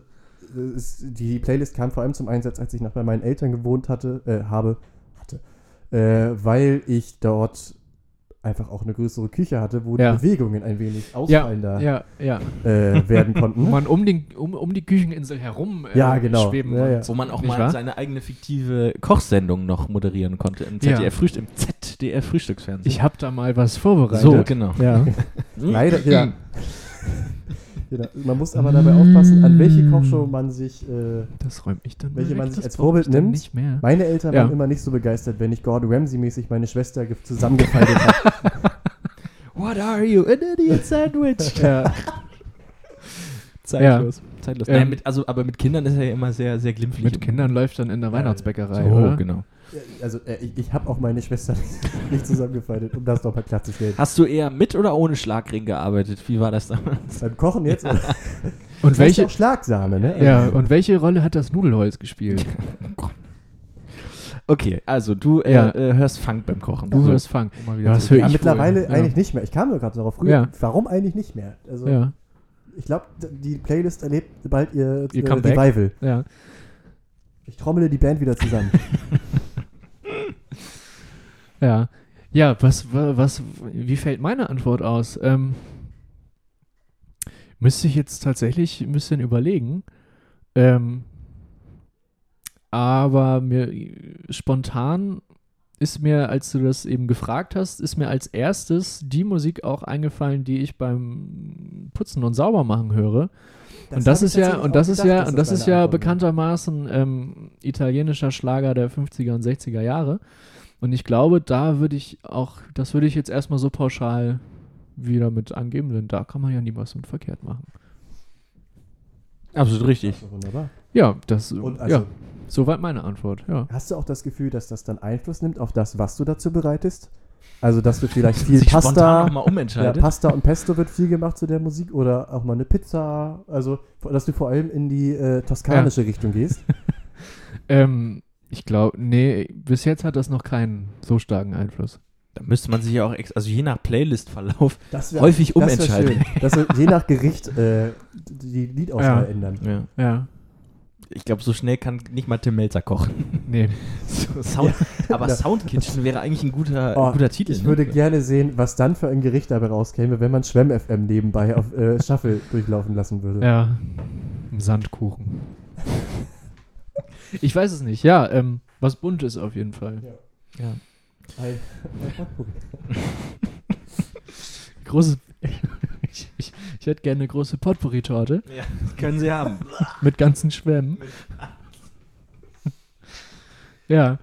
S1: es- die Playlist kam vor allem zum Einsatz, als ich noch bei meinen Eltern gewohnt hatte, äh, habe, hatte, äh, weil ich dort einfach auch eine größere Küche hatte, wo
S2: Ja.
S1: die Bewegungen ein wenig
S2: Ja,
S1: ausfallender
S2: ja, ja.
S1: Äh, werden
S2: Wo
S1: konnten.
S2: man um, den, um, um die Kücheninsel herum äh,
S1: Ja, genau.
S2: schweben
S1: Ja, ja.
S2: konnte.
S3: Wo man auch
S2: Nicht
S3: mal
S2: wahr?
S3: seine eigene fiktive Kochsendung noch moderieren konnte im
S2: Ja.
S3: ZDR, Frühst im ZDR Frühstücksfernsehen.
S2: Ich habe da mal was vorbereitet.
S3: so, genau.
S2: Ja.
S1: Leider,
S2: Mhm.
S1: ja. Genau. Man muss aber dabei aufpassen, an welche Kochshow man sich. Äh,
S2: Das räumt ich dann mal
S1: Welche
S2: weg,
S1: man sich
S2: das
S1: als
S2: brauch ich
S1: Vorbild
S2: dann
S1: nimmt.
S2: Nicht mehr.
S1: meine Eltern
S2: Ja.
S1: waren immer nicht so begeistert, wenn ich Gordon Ramsay-mäßig meine Schwester ge- zusammengefaltet habe.
S3: What are you? An idiot sandwich.
S2: Ja,
S3: Zeitlos. Zeitlos.
S2: Ähm.
S3: Nein, mit, also, aber mit Kindern ist er ja immer sehr, sehr glimpflich.
S2: mit
S3: im-
S2: Kindern läuft dann in der Weihnachtsbäckerei,
S3: So,
S2: oder?
S3: genau.
S1: Also, äh, ich, ich habe auch meine Schwester nicht zusammengefaltet, um das nochmal klarzustellen.
S3: Hast du eher mit oder ohne Schlagring gearbeitet? Wie war das damals?
S1: Beim Kochen jetzt.
S2: Und
S1: Das heißt ja
S2: welche,
S1: auch Schlagsame, ne?
S2: ja, und welche Rolle hat das Nudelholz gespielt?
S3: Okay, also du äh,
S2: Oh Ja.
S3: äh, hörst Funk beim Kochen.
S2: Du
S3: also,
S2: hörst Funk.
S3: immer
S2: Ja,
S3: wieder.
S2: das
S3: zurück.
S2: höre
S1: Ja,
S2: ich
S1: mittlerweile
S2: wohl, ja.
S1: eigentlich nicht mehr. Ich kam nur gerade darauf früher.
S2: Ja.
S1: Warum eigentlich nicht mehr? Also
S2: Ja,
S1: ich glaube, die Playlist erlebt bald ihr,
S2: Ihr
S1: äh,
S2: Comeback.
S1: Revival.
S2: ja.
S1: Ich trommele die Band wieder zusammen.
S2: Ja, ja was, wa- was, wie fällt meine Antwort aus? Ähm, müsste ich jetzt tatsächlich ein bisschen überlegen. Ähm, aber mir spontan ist mir, als du das eben gefragt hast, ist mir als erstes die Musik auch eingefallen, die ich beim Putzen und Saubermachen höre und das
S1: hab ich
S2: ist ja
S1: tatsächlich
S2: und
S1: auch
S2: das ist
S1: gedacht,
S2: ja
S1: dass
S2: und das
S1: deine
S2: ist ja
S1: Antwort war.
S2: bekanntermaßen ähm, italienischer Schlager der 50er und 60er Jahre und ich glaube, da würde ich auch das würde ich jetzt erstmal so pauschal wieder mit angeben, denn da kann man ja nie was mit verkehrt machen.
S3: Absolut richtig.
S1: Also wunderbar.
S2: Ja, das
S1: Und also,
S2: ja, soweit meine Antwort. Ja.
S1: hast du auch das Gefühl, dass das dann Einfluss nimmt auf das, was du dazu bereitest? Also, dass du vielleicht viel
S3: spontan
S1: Pasta,
S3: nochmal
S1: ja,
S3: umentscheidet.
S1: Pasta und Pesto wird viel gemacht zu der Musik oder auch mal eine Pizza. Also, dass du vor allem in die äh, toskanische Richtung gehst.
S2: Ähm, ich glaube, nee, bis jetzt hat das noch keinen so starken Einfluss.
S3: da müsste man sich ja auch, ex also je nach Playlist-Verlauf,
S1: Das wär- das
S3: häufig
S1: wär
S3: umentscheiden.
S1: schön, Dass wir je nach Gericht äh, die Liedauswahl
S2: Ja.
S1: ändern.
S3: Ja.
S2: Ja,
S3: Ich glaube, so schnell kann nicht mal Tim Melzer kochen.
S2: nee.
S3: So, Sound, Aber
S1: Ja.
S3: Sound Kitchen wäre eigentlich ein guter,
S1: Oh,
S3: ein guter Titel.
S1: Ich
S3: ne?
S1: würde gerne sehen, was dann für ein Gericht dabei rauskäme, wenn man Schwemm-FM nebenbei auf äh, Shuffle durchlaufen lassen würde.
S2: Ja, ein Sandkuchen. Ich weiß es nicht. Ja, ähm, was bunt ist auf jeden Fall.
S1: Ein-
S2: große. ich, ich, ich hätte gerne eine große Potpourri-Torte
S3: ja, können sie haben.
S2: mit ganzen Schwämmen. ja,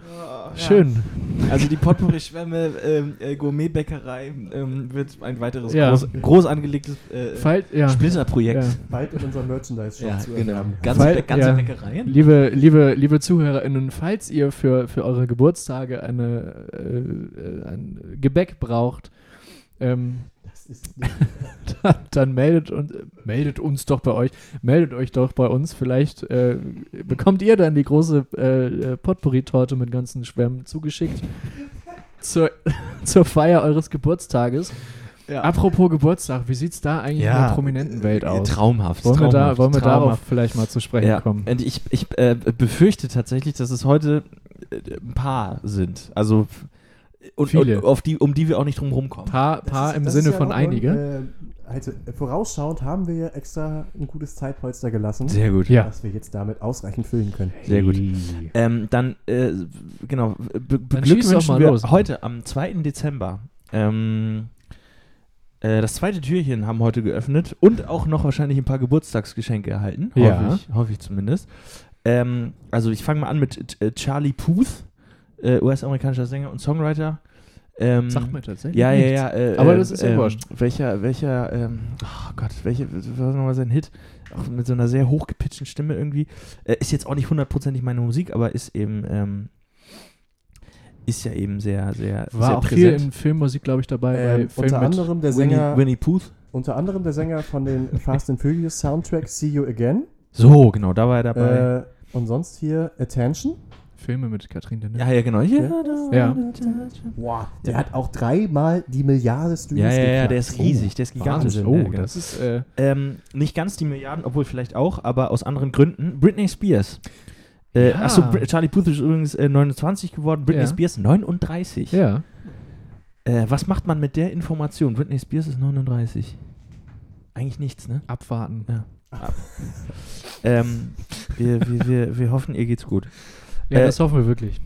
S2: schön.
S3: Oh, Also die Potpourri-Schwämme ähm, äh, Gourmet-Bäckerei ähm, wird ein weiteres
S2: Ja.
S3: groß, groß angelegtes äh,
S2: Fall, ja.
S3: Splitterprojekt.
S2: Ja.
S1: Bald in unserem Merchandise-Shop
S3: Ja,
S1: zu
S3: genau.
S1: erwerben.
S3: Ganze,
S2: Weil-
S3: Bä- ganze
S2: ja.
S3: Bäckereien.
S2: Liebe, liebe, liebe ZuhörerInnen, falls ihr für, für eure Geburtstage eine, äh, äh, ein Gebäck braucht, ähm,
S1: Das ist
S2: dann, dann meldet, und, äh, meldet uns doch bei euch, meldet euch doch bei uns. Vielleicht äh, bekommt ihr dann die große äh, äh, Potpourri-Torte mit ganzen Schwärmen zugeschickt zur, zur Feier eures Geburtstages. Apropos Geburtstag, wie sieht es da eigentlich in der prominenten Welt aus?
S3: Äh, Traumhaft.
S2: Wollen wir,
S3: traumhaft,
S2: da, wollen wir
S3: traumhaft.
S2: darauf vielleicht mal zu sprechen
S3: ja.
S2: kommen?
S3: Und ich, ich äh, befürchte tatsächlich, dass es heute äh, ein paar sind. Also f- und,
S2: Viele.
S3: Und, auf die, um die wir auch nicht drum rumkommen.
S2: Paar,
S1: das
S2: paar
S1: ist-
S2: im
S1: das
S2: Sinne
S1: ist ja
S2: von
S1: in Ordnung.
S2: einige.
S1: Äh, also, äh, vorausschauend haben wir ja extra ein gutes Zeitpolster gelassen,
S3: Sehr gut.
S2: Ja. Mm.
S1: das wir jetzt damit ausreichend füllen können.
S3: Sehr gut. Ähm, dann, äh, genau, be
S2: schieß doch mal
S3: beglückwünschen wir
S2: los.
S3: heute am 2. Dezember. Ähm, äh, das zweite Türchen haben heute geöffnet und auch noch wahrscheinlich ein paar Geburtstagsgeschenke erhalten.
S2: Ja.
S3: Hoffe ich, hoffe ich zumindest. Ähm, also ich fange mal an mit äh, Charlie Puth, äh, US-amerikanischer Sänger und Songwriter. Ähm,
S2: Sagt mir tatsächlich.
S3: ja, ja,
S2: nichts.
S3: ja. Äh,
S2: Aber
S3: äh,
S2: das ist ja
S3: ähm,
S2: wurscht.
S3: Welcher, welcher, ähm, oh Gott, welche, was war nochmal sein Hit? Auch mit so einer sehr hochgepitchten Stimme irgendwie. Äh, ist jetzt auch nicht hundertprozentig meine Musik, aber ist eben, ähm, ist ja eben sehr, sehr,
S2: War
S3: sehr
S2: auch viel in Filmmusik, glaube ich, dabei.
S1: Ähm,
S2: bei Film
S1: unter,
S2: mit-
S1: anderem der Sänger,
S3: Winnie Pooh.
S1: unter anderem der Sänger von den Fast and Furious Soundtrack See You Again.
S3: So, genau, da war er dabei.
S1: Äh, und sonst hier Attention.
S2: Filme mit Katrin Deneuve.
S3: ja, ja, genau. Ja,
S1: Ja.
S2: Ja.
S1: Wow, der
S3: Ja.
S1: hat auch dreimal die Milliarde Streams
S3: ja, ja, ja,
S1: geknackt.
S3: der ist riesig, der ist gigantisch.
S2: Wahnsinn.
S3: Ja,
S2: Oh,
S3: genau.
S2: das ist. Äh,
S3: ähm, nicht ganz die Milliarden, obwohl vielleicht auch, aber aus anderen Gründen. Britney Spears. Äh,
S2: Ja.
S3: Achso, Br- Charlie Puth ist übrigens äh, 29 geworden, Britney
S2: Ja.
S3: Spears 39.
S2: ja.
S3: Äh, was macht man mit der Information? Britney Spears ist 39. Eigentlich nichts, ne?
S2: Abwarten.
S3: Ähm, wir, wir, wir, wir hoffen, ihr geht's gut.
S2: Ja,
S3: Äh,
S2: das hoffen wir wirklich.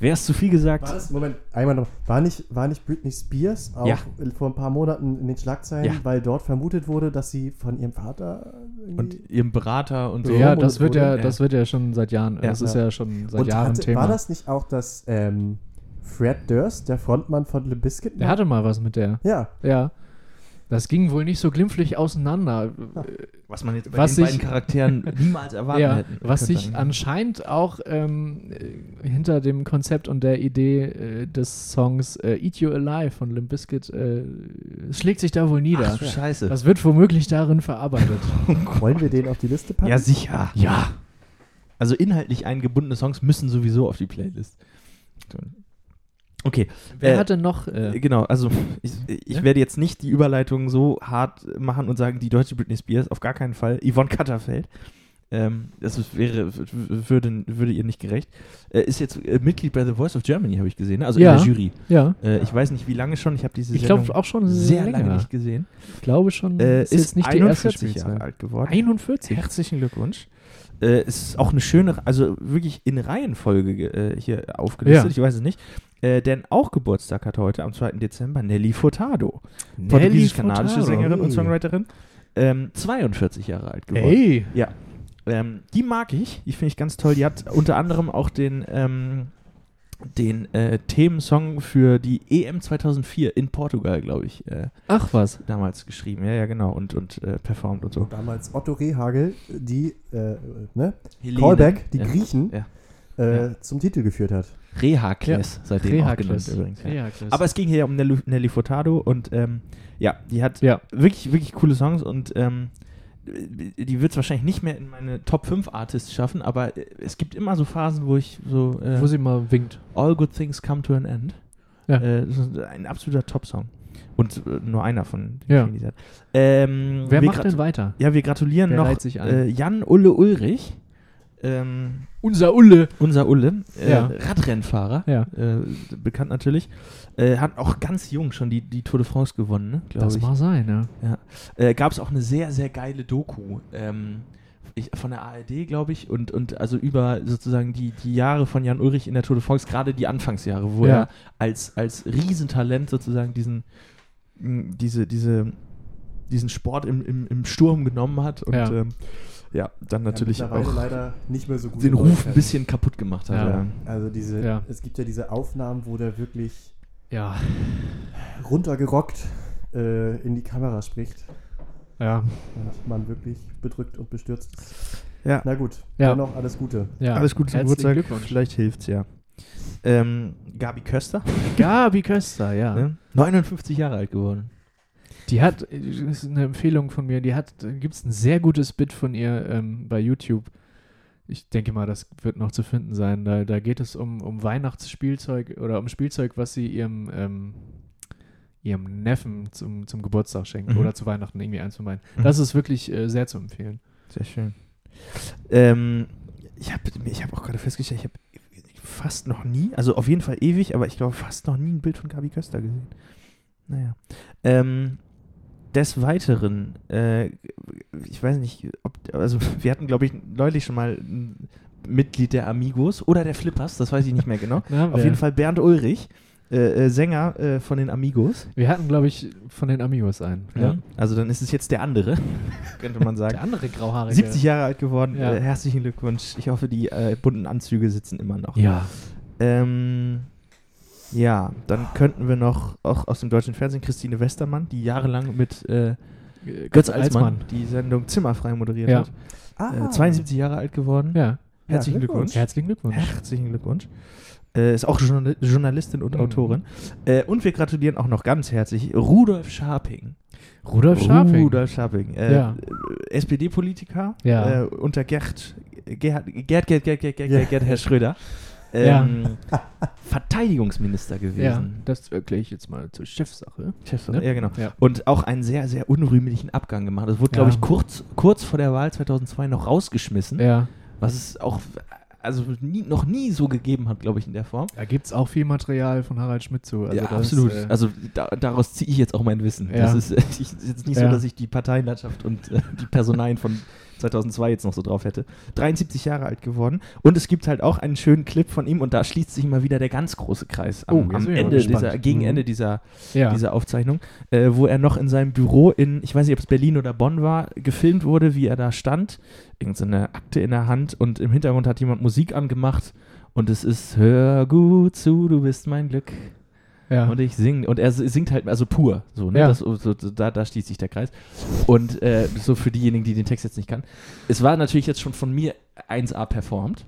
S3: Wäre es zu viel
S1: Oh. War
S3: gesagt?
S1: das, Moment, einmal noch. War nicht, war nicht Britney Spears auch
S3: Ja.
S1: vor ein paar Monaten in den Schlagzeilen,
S3: Ja.
S1: weil dort vermutet wurde, dass sie von ihrem Vater irgendwie-
S3: Und ihrem Berater und so. äh,
S2: ja,
S1: Hormone
S2: das wird ja,
S3: wurde-
S2: das wird ja schon seit Jahren.
S3: Ja.
S2: das ist ja schon seit
S1: und
S2: Jahren
S1: hatte,
S2: Thema.
S1: war das nicht auch, dass ähm, Fred Durst, der Frontmann von Le Biscuit,
S2: Der hatte mal was mit der.
S1: ja,
S2: Ja. Das ging wohl nicht so glimpflich auseinander.
S3: Was man jetzt bei
S2: Was
S3: den
S2: ich-
S3: beiden Charakteren niemals erwartet
S2: ja,
S3: hätte.
S2: was
S3: Könnte
S2: sich
S3: sein.
S2: anscheinend auch ähm, äh, hinter dem Konzept und der Idee äh, des Songs äh, Eat You Alive von Limp Bizkit äh, schlägt sich da wohl nieder.
S3: Ach, du Scheiße.
S2: das wird womöglich darin verarbeitet.
S1: wollen wir den auf die Liste packen?
S3: Ja, sicher.
S2: ja.
S3: Also inhaltlich eingebundene Songs müssen sowieso auf die Playlist. Okay,
S2: Wer
S3: Äh,
S2: hatte noch?
S3: äh,
S2: Äh,
S3: genau, also ich, ich
S2: Ja?
S3: werde jetzt nicht die Überleitung so hart machen und sagen, die deutsche Britney Spears, auf gar keinen Fall. Yvonne Katterfeld, ähm, das ist- wäre, w- w- würde, würde ihr nicht gerecht, äh, ist jetzt äh, Mitglied bei The Voice of Germany, habe ich gesehen, ne? also
S2: Ja.
S3: in der Jury.
S2: ja.
S3: Äh, ich weiß nicht, wie lange schon, ich habe diese
S2: Ich
S3: Sendung
S2: glaube auch schon
S3: sehr
S2: länger.
S3: lange nicht gesehen.
S2: Ich glaube schon,
S3: Äh,
S2: ist jetzt nicht die erste
S3: 41 Jahre
S2: Spielzeit.
S3: alt geworden.
S2: 41.
S3: Herzlichen Glückwunsch. Äh, es ist auch eine schöne, also wirklich in Reihenfolge äh, hier aufgelistet,
S2: Ja.
S3: ich weiß es nicht. Äh, denn auch Geburtstag hat heute am 2. Dezember Nelly Furtado.
S2: Nelly
S3: Portugiesisch-kanadische
S2: Furtado.
S3: Sängerin und Songwriterin. Ähm, 42 Jahre alt geworden.
S2: Ey,
S3: Ähm, die mag ich, die finde ich ganz toll. Die hat unter anderem auch den, ähm, den äh, Themensong für die EM 2004 in Portugal, glaube ich, äh,
S2: ach was.
S3: damals geschrieben. Ja, ja, genau. Und, und äh, performt und so.
S1: Damals Otto Rehagel, die äh, ne?
S3: Helene.
S1: Callback, die
S3: Ja.
S1: Griechen,
S3: Ja.
S1: Äh, zum Titel geführt hat.
S3: Rehakles, seitdem
S2: Rehakles.
S3: auch genannt übrigens. Ja.
S2: Kreakles.
S3: Aber es ging hier ja um Nelly, Nelly Furtado und ähm, ja, die hat
S2: ja,
S3: wirklich, wirklich coole Songs und ähm, die wird es wahrscheinlich nicht mehr in meine Top 5 Artists schaffen, aber äh, es gibt immer so Phasen, wo ich so äh,
S2: wo sie mal winkt.
S3: All Good Things Come to an End.
S2: Ja.
S3: Äh, das ist ein absoluter Top-Song. Und äh, nur einer von den
S2: Ja.
S3: vielen, die sie hat. Ähm,
S2: Wer
S3: wir
S2: macht denn
S3: gratu-
S2: weiter?
S3: Ja, wir gratulieren
S2: Wer
S3: noch
S2: reiht sich ein?
S3: äh, Jan-Ulle Ulrich. Ähm,
S2: Unser Ulle.
S3: unser Ulle, äh,
S2: Ja.
S3: Radrennfahrer,
S2: Ja.
S3: äh, bekannt natürlich, äh, hat auch ganz jung schon die, die Tour de France gewonnen, ne, glaube
S2: Das
S3: ich.
S2: mag sein, ja.
S3: Äh, Gab es auch eine sehr, sehr geile Doku ähm, ich, von der ARD, glaube ich, und, und also über sozusagen die, die Jahre von Jan Ulrich in der Tour de France, gerade die Anfangsjahre, wo
S2: Ja.
S3: er als, als Riesentalent sozusagen diesen, mh, diese, diese, diesen Sport im, im, im Sturm genommen hat und
S2: Ja.
S3: ja, ähm, ja dann natürlich
S1: ja, mittlerweile
S3: auch
S1: leider nicht mehr so gut.
S3: den Ruf ein
S1: geläuft.
S3: bisschen kaputt gemacht hat.
S2: Ja.
S3: ja.
S1: Also diese,
S2: Ja.
S1: es gibt ja diese Aufnahmen, wo der wirklich
S2: Ja,
S1: runtergerockt äh, in die Kamera spricht.
S2: ja,
S1: Und man wirklich bedrückt und bestürzt ist.
S3: Ja.
S1: Na gut,
S2: Ja.
S1: dann noch alles Gute.
S2: ja.
S3: Alles Gute zum
S2: Herzlichen
S3: Geburtstag.
S2: Glückwunsch.
S3: Vielleicht hilft's ja. Ähm, Gabi Köster,
S2: Gabi Köster, ja.
S3: ne? 59 Jahre alt geworden.
S2: Die hat, das ist eine Empfehlung von mir, die hat, gibt es ein sehr gutes Bit von ihr ähm, bei YouTube. Ich denke mal, das wird noch zu finden sein. Da, da geht es um, um Weihnachtsspielzeug oder um Spielzeug, was sie ihrem, ähm, ihrem Neffen zum, zum Geburtstag schenkt
S3: Mhm.
S2: oder zu Weihnachten irgendwie eins von beiden.
S3: Mhm.
S2: Das ist wirklich äh, sehr zu empfehlen.
S3: Sehr schön. Ähm, ich habe ich hab auch gerade festgestellt, ich habe fast noch nie, also auf jeden Fall ewig, aber ich glaube fast noch nie ein Bild von Gabi Köster gesehen. Naja. Ähm, des Weiteren, äh, ich weiß nicht, ob, also wir hatten, glaube ich, neulich schon mal ein Mitglied der Amigos oder der Flippers, das weiß ich nicht mehr genau.
S2: Na,
S3: Auf
S2: wir,
S3: jeden Fall Bernd Ulrich, äh, äh, Sänger äh, von den Amigos.
S2: wir hatten, glaube ich, von den Amigos einen.
S3: Ja. Also dann ist es jetzt der andere, könnte man sagen.
S2: Der andere grauhaarige.
S3: 70 Jahre alt geworden.
S2: Ja.
S3: Äh, herzlichen Glückwunsch. Ich hoffe, die äh, bunten Anzüge sitzen immer noch.
S2: Ja.
S3: Ähm, ja, dann könnten wir noch auch aus dem deutschen Fernsehen Christine Westermann, die jahrelang mit äh, Götz Altmann die Sendung Zimmerfrei moderiert
S2: Ja.
S3: hat.
S1: Ah.
S3: Äh, 72 Jahre alt geworden.
S2: Ja.
S3: Herzlichen Glückwunsch.
S2: Herzlichen Glückwunsch.
S3: Herzlichen Glückwunsch. äh, ist auch Journal Journalistin und
S2: Mhm.
S3: Autorin. Äh, und wir gratulieren auch noch ganz herzlich Rudolf Scharping.
S2: Rudolf Scharping.
S3: Rudolf Scharping. Äh,
S2: Ja.
S3: äh, SPD-Politiker
S2: Ja.
S3: äh, unter Gerd, Gerhard, Gerd, Gerd, Gerd, Gerd, Gerd, Gerd, Gerd, Herr Schröder.
S2: Ja.
S3: Ähm, Verteidigungsminister
S2: Ja,
S3: gewesen.
S2: das erkläre ich jetzt mal zur Chefsache.
S3: Chef,
S2: Ne?
S3: ja, genau.
S2: Ja.
S3: Und auch einen sehr, sehr unrühmlichen Abgang gemacht. Das wurde, glaube
S2: Ja.
S3: ich, kurz, kurz vor der Wahl 2002 noch rausgeschmissen,
S2: Ja.
S3: was es auch also nie, noch nie so gegeben hat, glaube ich, in der Form.
S2: Da gibt es auch viel Material von Harald Schmidt zu. Also
S3: ja,
S2: das,
S3: absolut.
S2: äh,
S3: also da, daraus ziehe ich jetzt auch mein Wissen.
S2: Ja.
S3: Das ist, äh, ich, ist jetzt nicht
S2: Ja.
S3: so, dass ich die Parteienlandschaft und äh, die Personalien von 2002 jetzt noch so drauf hätte. 73 Jahre alt geworden. Und es gibt halt auch einen schönen Clip von ihm und da schließt sich mal wieder der ganz große Kreis am,
S2: Oh, jetzt
S3: am
S2: bin ich mal
S3: Ende
S2: gespannt.
S3: dieser, gegen
S2: Mhm.
S3: Ende dieser,
S2: ja.
S3: dieser Aufzeichnung, äh, wo er noch in seinem Büro in, ich weiß nicht, ob es Berlin oder Bonn war, gefilmt wurde, wie er da stand. Irgendeine Akte in der Hand und im Hintergrund hat jemand Musik angemacht und es ist Hör gut zu, du bist mein Glück.
S2: ja.
S3: Und ich singe. Und er s- singt halt also pur. So, ne?
S2: Ja.
S3: das, so, so, da, da schließt sich der Kreis. Und äh, so für diejenigen, die den Text jetzt nicht kann. Es war natürlich jetzt schon von mir 1A performt.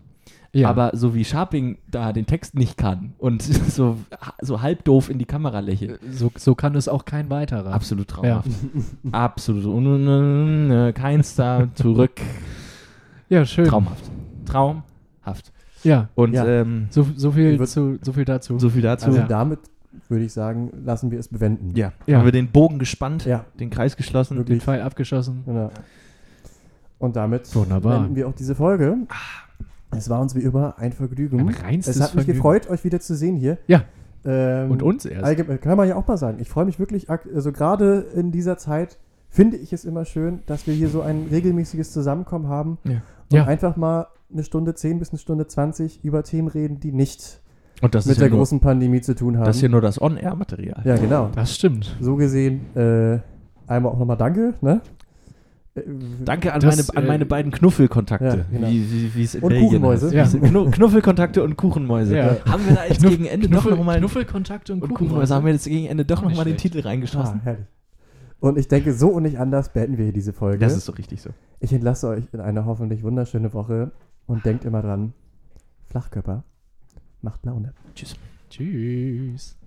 S2: ja.
S3: Aber so wie Sharping da den Text nicht kann und so, so halb doof in die Kamera lächelt.
S2: Äh, so, so kann es auch kein weiterer.
S3: Absolut traumhaft. Absolut. Un- un- un- äh, Keins da zurück.
S2: Ja, schön.
S3: Traumhaft. Traumhaft.
S2: Ja,
S3: Und
S1: Ja.
S3: ähm,
S2: so, so, viel
S1: Ich würd-
S2: zu, so viel dazu.
S3: so viel dazu.
S1: Also
S2: Ja.
S1: damit würde ich sagen, lassen wir es bewenden.
S3: ja.
S2: Ja.
S3: Haben wir den Bogen gespannt,
S1: Ja,
S3: den Kreis geschlossen.
S2: den
S1: wirklich.
S2: Pfeil abgeschossen.
S1: Genau. Und damit
S2: Wunderbar.
S1: beenden wir auch diese Folge.
S3: Ah.
S1: Es war uns wie immer ein Vergnügen.
S2: Ein reinstes
S1: es hat mich
S2: Vergnügen.
S1: gefreut, euch wieder zu sehen hier.
S2: Ja.
S1: Ähm,
S2: Und uns erst.
S1: Allgemein, kann man ja auch mal sagen. Ich freue mich wirklich, ak- also gerade in dieser Zeit finde ich es immer schön, dass wir hier so ein regelmäßiges Zusammenkommen haben
S3: Ja.
S1: und
S2: Ja.
S1: einfach mal eine Stunde 10 bis eine Stunde 20 über Themen reden, die nicht
S3: Und das
S1: mit
S3: ist
S1: der
S3: ja nur,
S1: großen Pandemie zu tun haben.
S3: das ist ja nur das On-Air-Material.
S1: ja, genau.
S2: Das stimmt.
S1: So gesehen, äh, einmal auch nochmal danke, ne? Äh,
S3: Danke an,
S2: Das,
S3: meine, an
S2: äh,
S3: meine beiden Knuffelkontakte.
S1: Ja, genau.
S3: wie, wie, wie es in
S1: Und
S3: Belgien
S1: Kuchenmäuse.
S3: heißt.
S2: Ja.
S3: Knu Knuffelkontakte und Kuchenmäuse.
S2: Ja.
S3: Haben wir da jetzt
S2: Knuff-
S3: gegen Ende doch nochmal
S2: Knuffelkontakte und,
S3: und Kuchenmäuse
S2: Kuchenmäuse.
S3: haben wir jetzt gegen Ende doch
S2: Auch nicht
S3: nochmal den
S2: schlecht.
S3: Titel
S1: Ah,
S3: reingeschossen.
S1: herrlich. Und ich denke, so und nicht anders beenden wir hier diese Folge.
S3: Das ist so richtig so.
S1: ich entlasse euch in eine hoffentlich wunderschöne Woche und denkt immer dran, Flachkörper macht Laune.
S3: Tschüss.
S2: Tschüss.